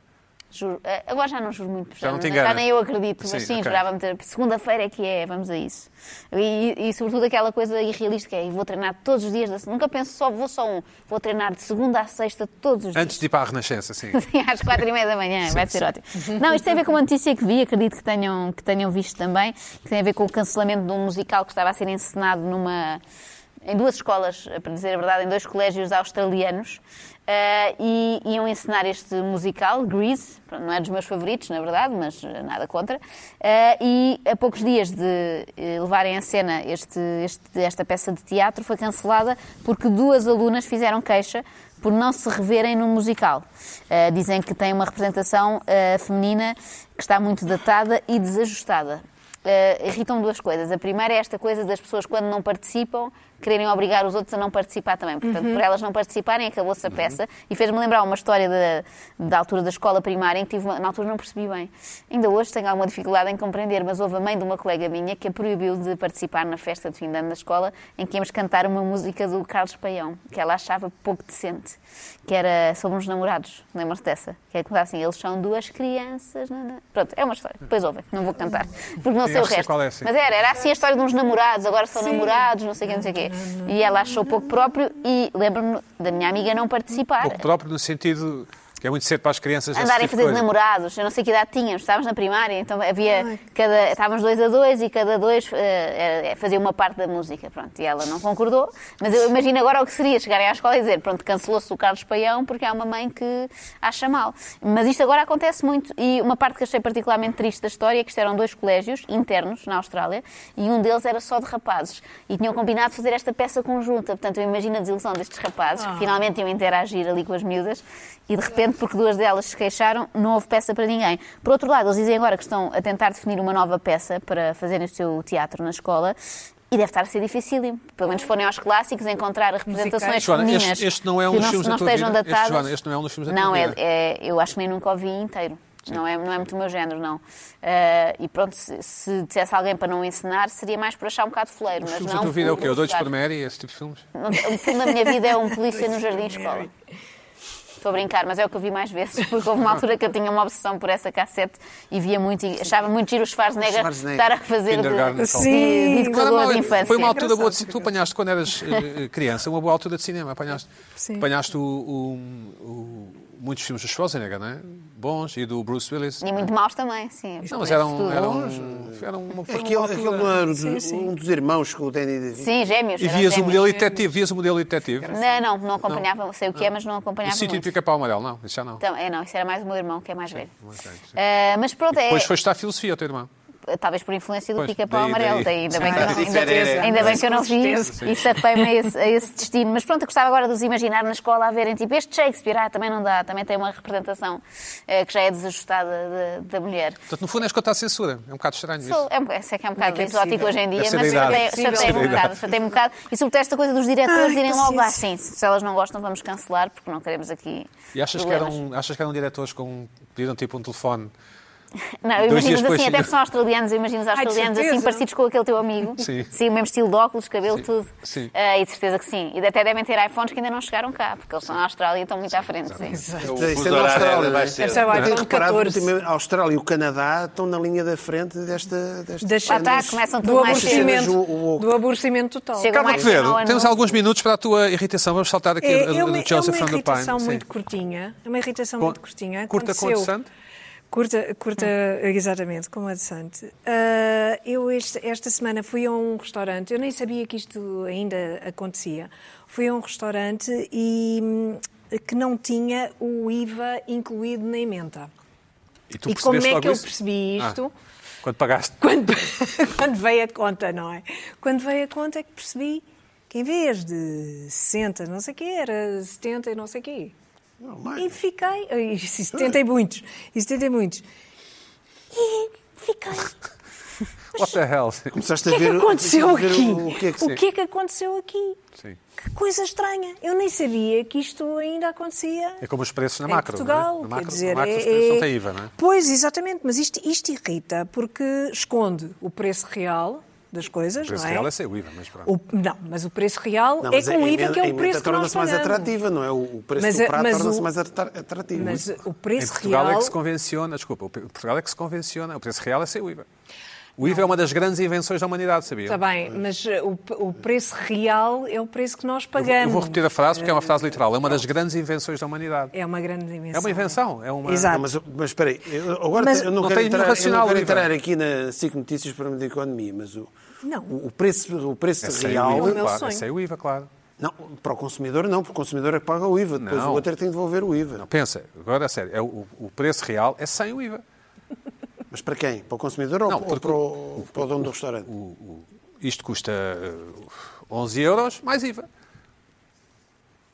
Juro, ah, agora já não juro muito,
Já não te
já
engana.
nem eu acredito, mas
Sim,
sim,
ok.
jurava-me ter. Segunda-feira é que é, vamos a isso. E, e, sobretudo aquela coisa irrealista que é: eu vou treinar todos os dias, da se- nunca penso só, vou só um, vou treinar de segunda a sexta todos os dias.
Antes de ir para a Renascença, sim.
(laughs) Sim, às quatro e meia da manhã, vai ser ótimo. Não, isto tem a ver com uma notícia que vi, acredito que tenham, que tenham visto também, que tem a ver com o cancelamento de um musical que estava a ser encenado numa, em duas escolas, para dizer a verdade, em dois colégios australianos, eh, e iam encenar este musical, Grease, Pronto, não é dos meus favoritos, na verdade, mas eh, nada contra, Eh, e a poucos dias de eh, levarem a cena este, este- esta peça de teatro, foi cancelada porque duas alunas fizeram queixa por não se reverem no musical. Uh, dizem que tem uma representação uh, feminina que está muito datada e desajustada. Uh, Irritam-me duas coisas. A primeira é esta coisa das pessoas, quando não participam, quererem obrigar os outros a não participar também. Portanto, por elas não participarem, acabou-se a peça. E fez-me lembrar uma história da, da altura da escola primária em que tive uma- na altura não percebi bem. Ainda hoje tenho alguma dificuldade em compreender, mas houve a mãe de uma colega minha que a proibiu de participar na festa de fim de ano da escola em que íamos cantar uma música do Carlos Paião, que ela achava pouco decente, que era sobre uns namorados, lembram-se dessa? Que é que começava assim, eles são duas crianças... nanã. Pronto, é uma história, depois ouvem, não vou cantar, porque não
Sim, acho
sei o
que sei
resto.
qual é, sim.
Mas era, era assim a história de uns namorados, agora são namorados, não sei o quê, não sei o quê. E ela achou pouco próprio e lembro-me da minha amiga não participar
Pouco próprio no sentido que é muito cedo para as crianças esse
andarem a
tipo
fazer de
coisa.
namorados. Eu não sei que idade tínhamos, estávamos na primária, então havia cada, estávamos dois a dois e cada dois eh, eh, fazia uma parte da música, pronto. E ela não concordou, mas eu imagino agora o que seria chegarem à escola e dizer, pronto, cancelou-se o Carlos Paião porque há uma mãe que acha mal. Mas isto agora acontece muito e uma parte que achei particularmente triste da história é que isto eram dois colégios internos na Austrália e um deles era só de rapazes e tinham combinado fazer esta peça conjunta. Portanto, eu imagino a desilusão destes rapazes que finalmente iam interagir ali com as miúdas e de repente, porque duas delas se queixaram, não houve peça para ninguém. Por outro lado, eles dizem agora que estão a tentar definir uma nova peça para fazerem o seu teatro na escola. E deve estar a ser dificílimo. Pelo menos forem aos clássicos encontrar representações
Joana, este-
femininas
este não é um
que
dos
não,
filmes
não
da tua
estejam
vida? Este,
datadas.
Joana, este não é um dos filmes da tua
Não, é-
vida?
é- eu acho que nem nunca o vi inteiro. Não é, não é muito o meu género, não. Eh, e pronto, se, se dissesse alguém para não ensinar, seria mais por achar um bocado fuleiro.
Os
mas
filmes
não
da tua vida é o
por-
quê? O Doidos
por-
por Mary, esse tipo de filmes?
não- O filme da minha vida é um polícia no jardim de escola. Estou a brincar, mas é o que eu vi mais vezes, porque houve uma altura que eu tinha uma obsessão por essa cassete e via muito e achava muito giro o Schwarzenegger,
Schwarzenegger.
estar a fazer
Kindergarten.
de,
Sim.
de, de educador de infância.
Foi uma altura boa de cinema. Tu apanhaste quando eras eh, eh, criança, uma boa altura de cinema. Apanhaste,
Sim.
apanhaste o, o- o- muitos filmes do Schwarzenegger, não é? Bons e do Bruce Willis.
E muito maus também, sim.
Não, mas um-
Isso
eram.
tudo.
eram, eram um, uma, foi uma
Aquele,
altura.
aquele não era o do- um dos irmãos com o Danny DeVito.
Sim, gêmeos.
E
eram
vias o
gêmeos.
modelo detetive, vias o modelo detetive.
Não, não, não acompanhava, sei o que é, mas não acompanhava
O sítio do
muito.
pica-pau amarelo, não, isso já não.
Então, é, não, isso era mais o meu irmão, que é mais velho.
ok, sim.
Ah, mas pronto, é,
Depois foste à filosofia, o teu irmão.
talvez por influência do
Pois,
pica-pau
daí- daí-
amarelo, daí ainda bem que eu não,
Sim,
ainda,
diferente.
ainda bem que eu não
Com
vi
certeza.
e safei-me a esse, a esse destino. Mas pronto, eu gostava agora de os imaginar na escola a verem, tipo, este Shakespeare, ah, também não dá, também tem uma representação eh, que já é desajustada de- da mulher.
Portanto, no fundo, és contra a censura. É um bocado estranho isso.
Sou, é, um bo- sei que é um bocado
Como é que é
exótico
possível?
hoje em dia,
Deve ser da
mas
idade.
chatei-
Deve
chatei-me
ser
um
da
bocado,
idade.
chatei-me um bocado. E sobretudo esta coisa dos diretores
Ai,
irem logo
paciência.
assim, se elas não gostam, vamos cancelar, porque não queremos aqui.
E achas que, um
problemas.
eram, achas que eram diretores com. pediram tipo um telefone?
Não, eu
Dois
imagino assim,
dias depois-
até porque são australianos, eu imagino os
de
australianos assim
certeza.
parecidos com aquele teu amigo.
Sim.
o mesmo estilo de óculos, cabelo,
Sim,
tudo.
sim.
Ah, e de certeza que sim. E até devem ter iPhones que ainda não chegaram cá, porque eles são na Austrália e estão muito à frente. Sim.
O
Isto é
fuso
na
horário
Austrália,
era
não é?
mais cedo.
Deve ser o
Eu tenho
iPhone
reparado
14.
que também a Austrália e o Canadá estão na linha da frente desta. desta
Das
Lá está,
cenas
começam
do
tudo mais cedo.
aborrecimento,
O- o-
do aborrecimento total.
Chegam
Carla
mais cedo ao
Quevedo,
ano
temos
novo.
alguns minutos para a tua irritação. Vamos saltar aqui
É,
a, a
é uma,
do Joseph
é uma
from the Pine.
irritação
Sim.
muito curtinha. É uma irritação
Com-
muito curtinha.
curta com a de
Aconteceu-
Sante?
Curta, curta exatamente, como a de Sante. Ah, eu este- esta semana fui a um restaurante, eu nem sabia que isto ainda acontecia. Fui a um restaurante e hum, que não tinha o IVA incluído na emenda.
E, tu
e como
percebeste
é
logo
que eu
isso?
percebi isto?
Ah, quando pagaste.
quando, (laughs) quando veio a conta, não é? Quando veio a conta é que percebi que em vez de 60, não sei o quê, era 70 e não sei o quê.
mais.
e fiquei, (laughs) e 70 e muitos, e 70 e muitos. E fiquei
What the hell?
Começaste
O que
a
é que
ver
aconteceu
ver
aqui?
O, o que é que se-
aconteceu aqui?
Sim.
Que coisa estranha. Eu nem sabia que isto ainda acontecia
É como os preços na
em
macro. não é?
Portugal. quer
Na macro,
dizer,
na macro os
é-
preços
é-
não têm IVA, não é?
Pois, exatamente. Mas isto, isto irrita porque esconde o preço real das coisas,
O preço
não é?
real é sem o IVA, mas pronto.
O- não, mas o preço real
Não,
é
mas a
com IVA
emenda-
que é
a
o
emenda
preço que nós
torna-se mais
pagamos.
atrativa, não é? O o preço
Mas
do
a-
prato
mas
torna-se
o-
mais atra- atrativo.
Mas o
Em
preço
Portugal é
real
que se convenciona, desculpa, o P- Portugal é que se convenciona, o preço real é sem o IVA. O IVA é uma das grandes invenções da humanidade, sabia?
Está bem, mas eh, o, p- o preço real é o preço que nós
É. Eu vou-
pagamos.
Eu vou repetir a frase porque é uma frase literal. É uma das grandes invenções da humanidade.
É uma grande invenção.
É uma invenção. É uma...
Exato.
Não, mas, mas espera aí, eu, agora
Mas-
eu não,
Não
quero
tem nenhum
entrar, eu não
racional,
quero
Ivan.
entrar aqui na SIC Notícias para a Economia, mas o,
Não.
o, o preço, o preço
É sem
real.
o
É
IVA,
o meu
claro. É
sonho.
sem o IVA, claro.
Não, para o consumidor não, porque o consumidor é que paga o IVA, depois
Não.
o outro é que tem de devolver o IVA.
Pensa, agora a sério, é o, o preço real é sem o IVA.
Mas para quem? Para o consumidor ou,
Não,
ou
porque
para, o, para o dono do restaurante?
Isto custa eh, 11 euros mais IVA.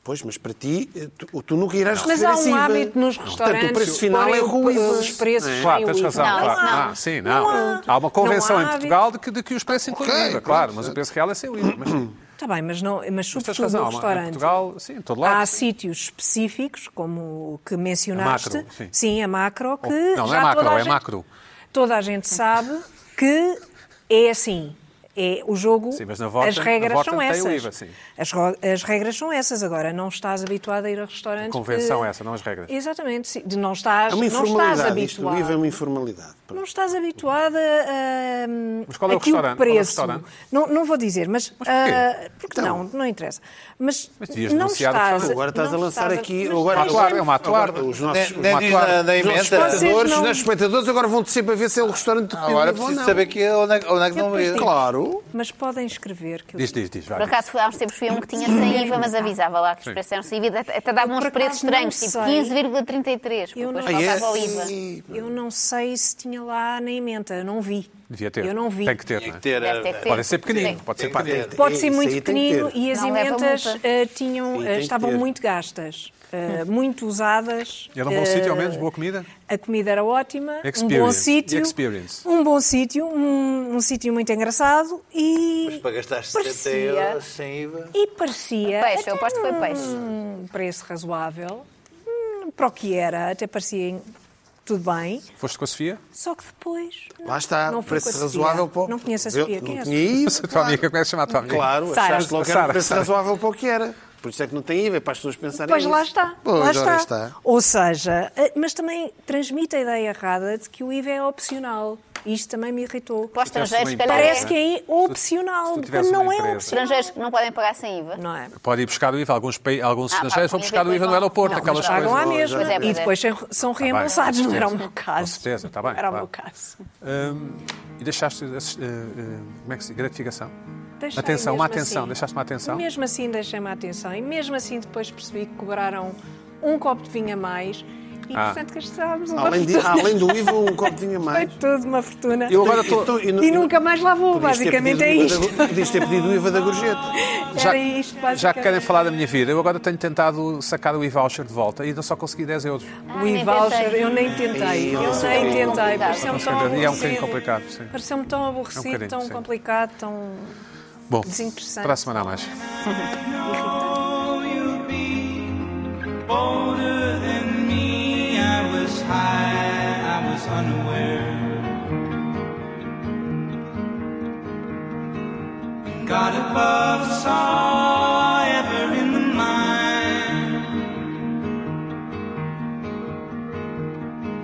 Pois, mas para ti, eh, tu, tu nunca irás
Mas
receber
há
esse
um
IVA.
hábito nos restaurantes.
Portanto, o preço final é
porem
com o IVA.
Os preços é? sem
Claro,
o
tens
IVA.
razão.
Não,
claro.
isso não.
é? Ah, sim, não.
Não há.
há uma convenção
Não há
em Portugal de que, de que os preços incluem
Ok,
o IVA,
pronto,
claro, mas
certo.
o preço real é sem o IVA. Mas,
Está Tá bem, mas, não, mas
mas tens
sobretudo
razão,
no
há uma- em
restaurante. Ah,
Portugal, sim, em todo lado.
Há sítios específicos, como o que mencionaste.
macro, sim.
a macro, que
Não, não é
já
macro,
toda a
é
gente,
macro.
Toda a gente sabe que é assim. É o jogo,
Sim, mas na Vorten-
as
na
regras
Vorten
são
tem o
essas.
IVA, sim.
as, ro- as regras são essas. Agora, não estás habituado a ir a restaurantes.
Convenção
que-
essa, não as regras.
Exatamente, sim. De não estás,
É uma
não estás
informalidade. Isto do
habituado.
IVA é uma informalidade.
Não estás habituada a. hum,
Mas qual é o
a que
restaurante? Qual é o
preço.
restaurante? Então.
Não, não vou dizer, mas. ah, porque não, não interessa. Mas,
Mas devias
não
denunciar o
estás.
restaurante.
Agora estás a
não
lançar
estás a-
aqui.
mas
Agora, um
tens-
Claro, é uma atuar.
Agora, Os nossos,
Nem-
os
nem
uma
diz
atuar-
na- na
os nossos
emenda.
espectadores,
Vocês não-
os nossos espectadores agora vão sempre a ver se é o restaurante que tem
Agora
IVA ou
preciso
não.
saber que, onde, é, que- onde é que
Eu
estão a
depois
ir.
digo.
Claro.
Mas podem escrever que eu.
Diz, diz, diz. Vai.
Por acaso, há uns tempos fui a um que tinha sem IVA, mas avisava lá que os
Sim.
preços eram sem IVA. Até até dava
Eu,
uns
por
preços
acaso, não
estranhos, tipo
sei.
15,33, porque
Eu
depois
não- Ah,
é?
faltava o IVA.
Sim.
Eu não sei se tinha lá na emenda, eu não vi.
Devia ter.
Eu não vi.
Tem que ter,
Tem
não
que
é?
ter,
Deve ter
eh,
que ter.
Pode ser pequenino,
Sim.
pode ser
Tem que ter.
pato.
Pode
É,
ser
isso
muito
aí tem que
pequenino
ter.
e as
Não leva
emendas
multa.
ah, tinham,
Sim,
ah,
tem que
estavam
ter.
muito gastas, ah, muito usadas.
Era um bom
ah,
sítio, ao menos, boa comida.
A comida era ótima, um bom
Experience,
sítio,
experience.
um bom sítio, um, um sítio muito engraçado e
Mas para gastar 70
parecia,
euros sem IVA.
e parecia
Peixe, eu
até
aposto que foi peixe.
um preço razoável hum, para o que era, até parecia tudo bem,
Foste com a Sofia?
só que depois não,
Lá está,
não foi com
preço
a Sofia.
razoável para o-
não conheço a
Eu-
Sofia, quem é
Não
a
tinha
Sofia?
IVA.
A tua amiga, como é que se chama a tua amiga?
Claro,
Sara.
achaste logo que era um
Sara,
preço
Sara.
razoável para o que era. Por isso é que não tem IVA, é para as pessoas pensarem
Pois lá
nisso.
está.
Pois,
lá
ora
está. Ou seja, eh, mas também transmite a ideia errada de que o IVA é opcional. Isto também me irritou.
Para os estrangeiros,
uma
se calhar,
Parece
é.
que é opcional,
se tu
quando
tivesse
não
uma
é
empresa.
opcional.
estrangeiros que não podem pagar sem IVA.
Não é?
Pode ir buscar o IVA. Alguns, paí- alguns
Ah,
estrangeiros
pá,
vão buscar o
ninguém
IVA no
vai lá.
aeroporto,
Não,
aquelas
mas pagam
coisas.
Pagam à mesma.
Pois, pois é, pois
e
é.
depois são- são
Tá bem,
reembolsados, não era o meu
com
caso.
certeza, está bem,
Era o
claro.
meu caso.
Hum, e deixaste assist- eh, eh, como é que se, gratificação?
Deixei
atenção,
mesmo
uma atenção,
assim.
deixaste uma atenção.
Mesmo assim, deixei-me a atenção. E mesmo assim, depois percebi que cobraram um copo de vinho a mais. E,
Ah.
portanto, gastámos uma
Além, de-
(laughs) fortuna.
além do IVA, um copo de vinho a
Foi
mais.
tudo uma fortuna.
Eu agora estou.
Então,
E nunca mais lá vou,
podias ter
basicamente é
pedido o IVA
isto.
da- Podias ter pedido o IVA da gorjeta.
Já,
Era isto,
já que querem
basicamente.
falar da minha vida, eu agora tenho tentado sacar o e-voucher de volta e ainda só consegui 10 euros.
Ah,
O
nem
e-voucher,
pensei.
eu nem tentei,
é
eu nem tentei.
complicado.
Pareceu-me tão
E é um bocadinho
aborrecido.
complicado, sim.
Pareceu-me tão
É um
aborrecido,
bocadinho,
tão
sim.
complicado, tão
Bom,
Desinteressante.
para a semana a mais.
irritante.
older than me. I was high, I was unaware. God above saw ever in the mind.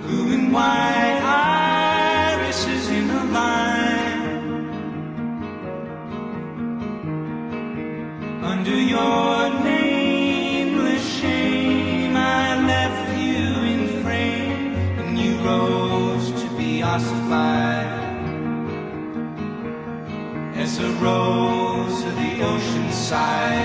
Blue and white irises in a line. Under your nameless shame, I left you in frame, and you rose to be ossified as a rose of the ocean side.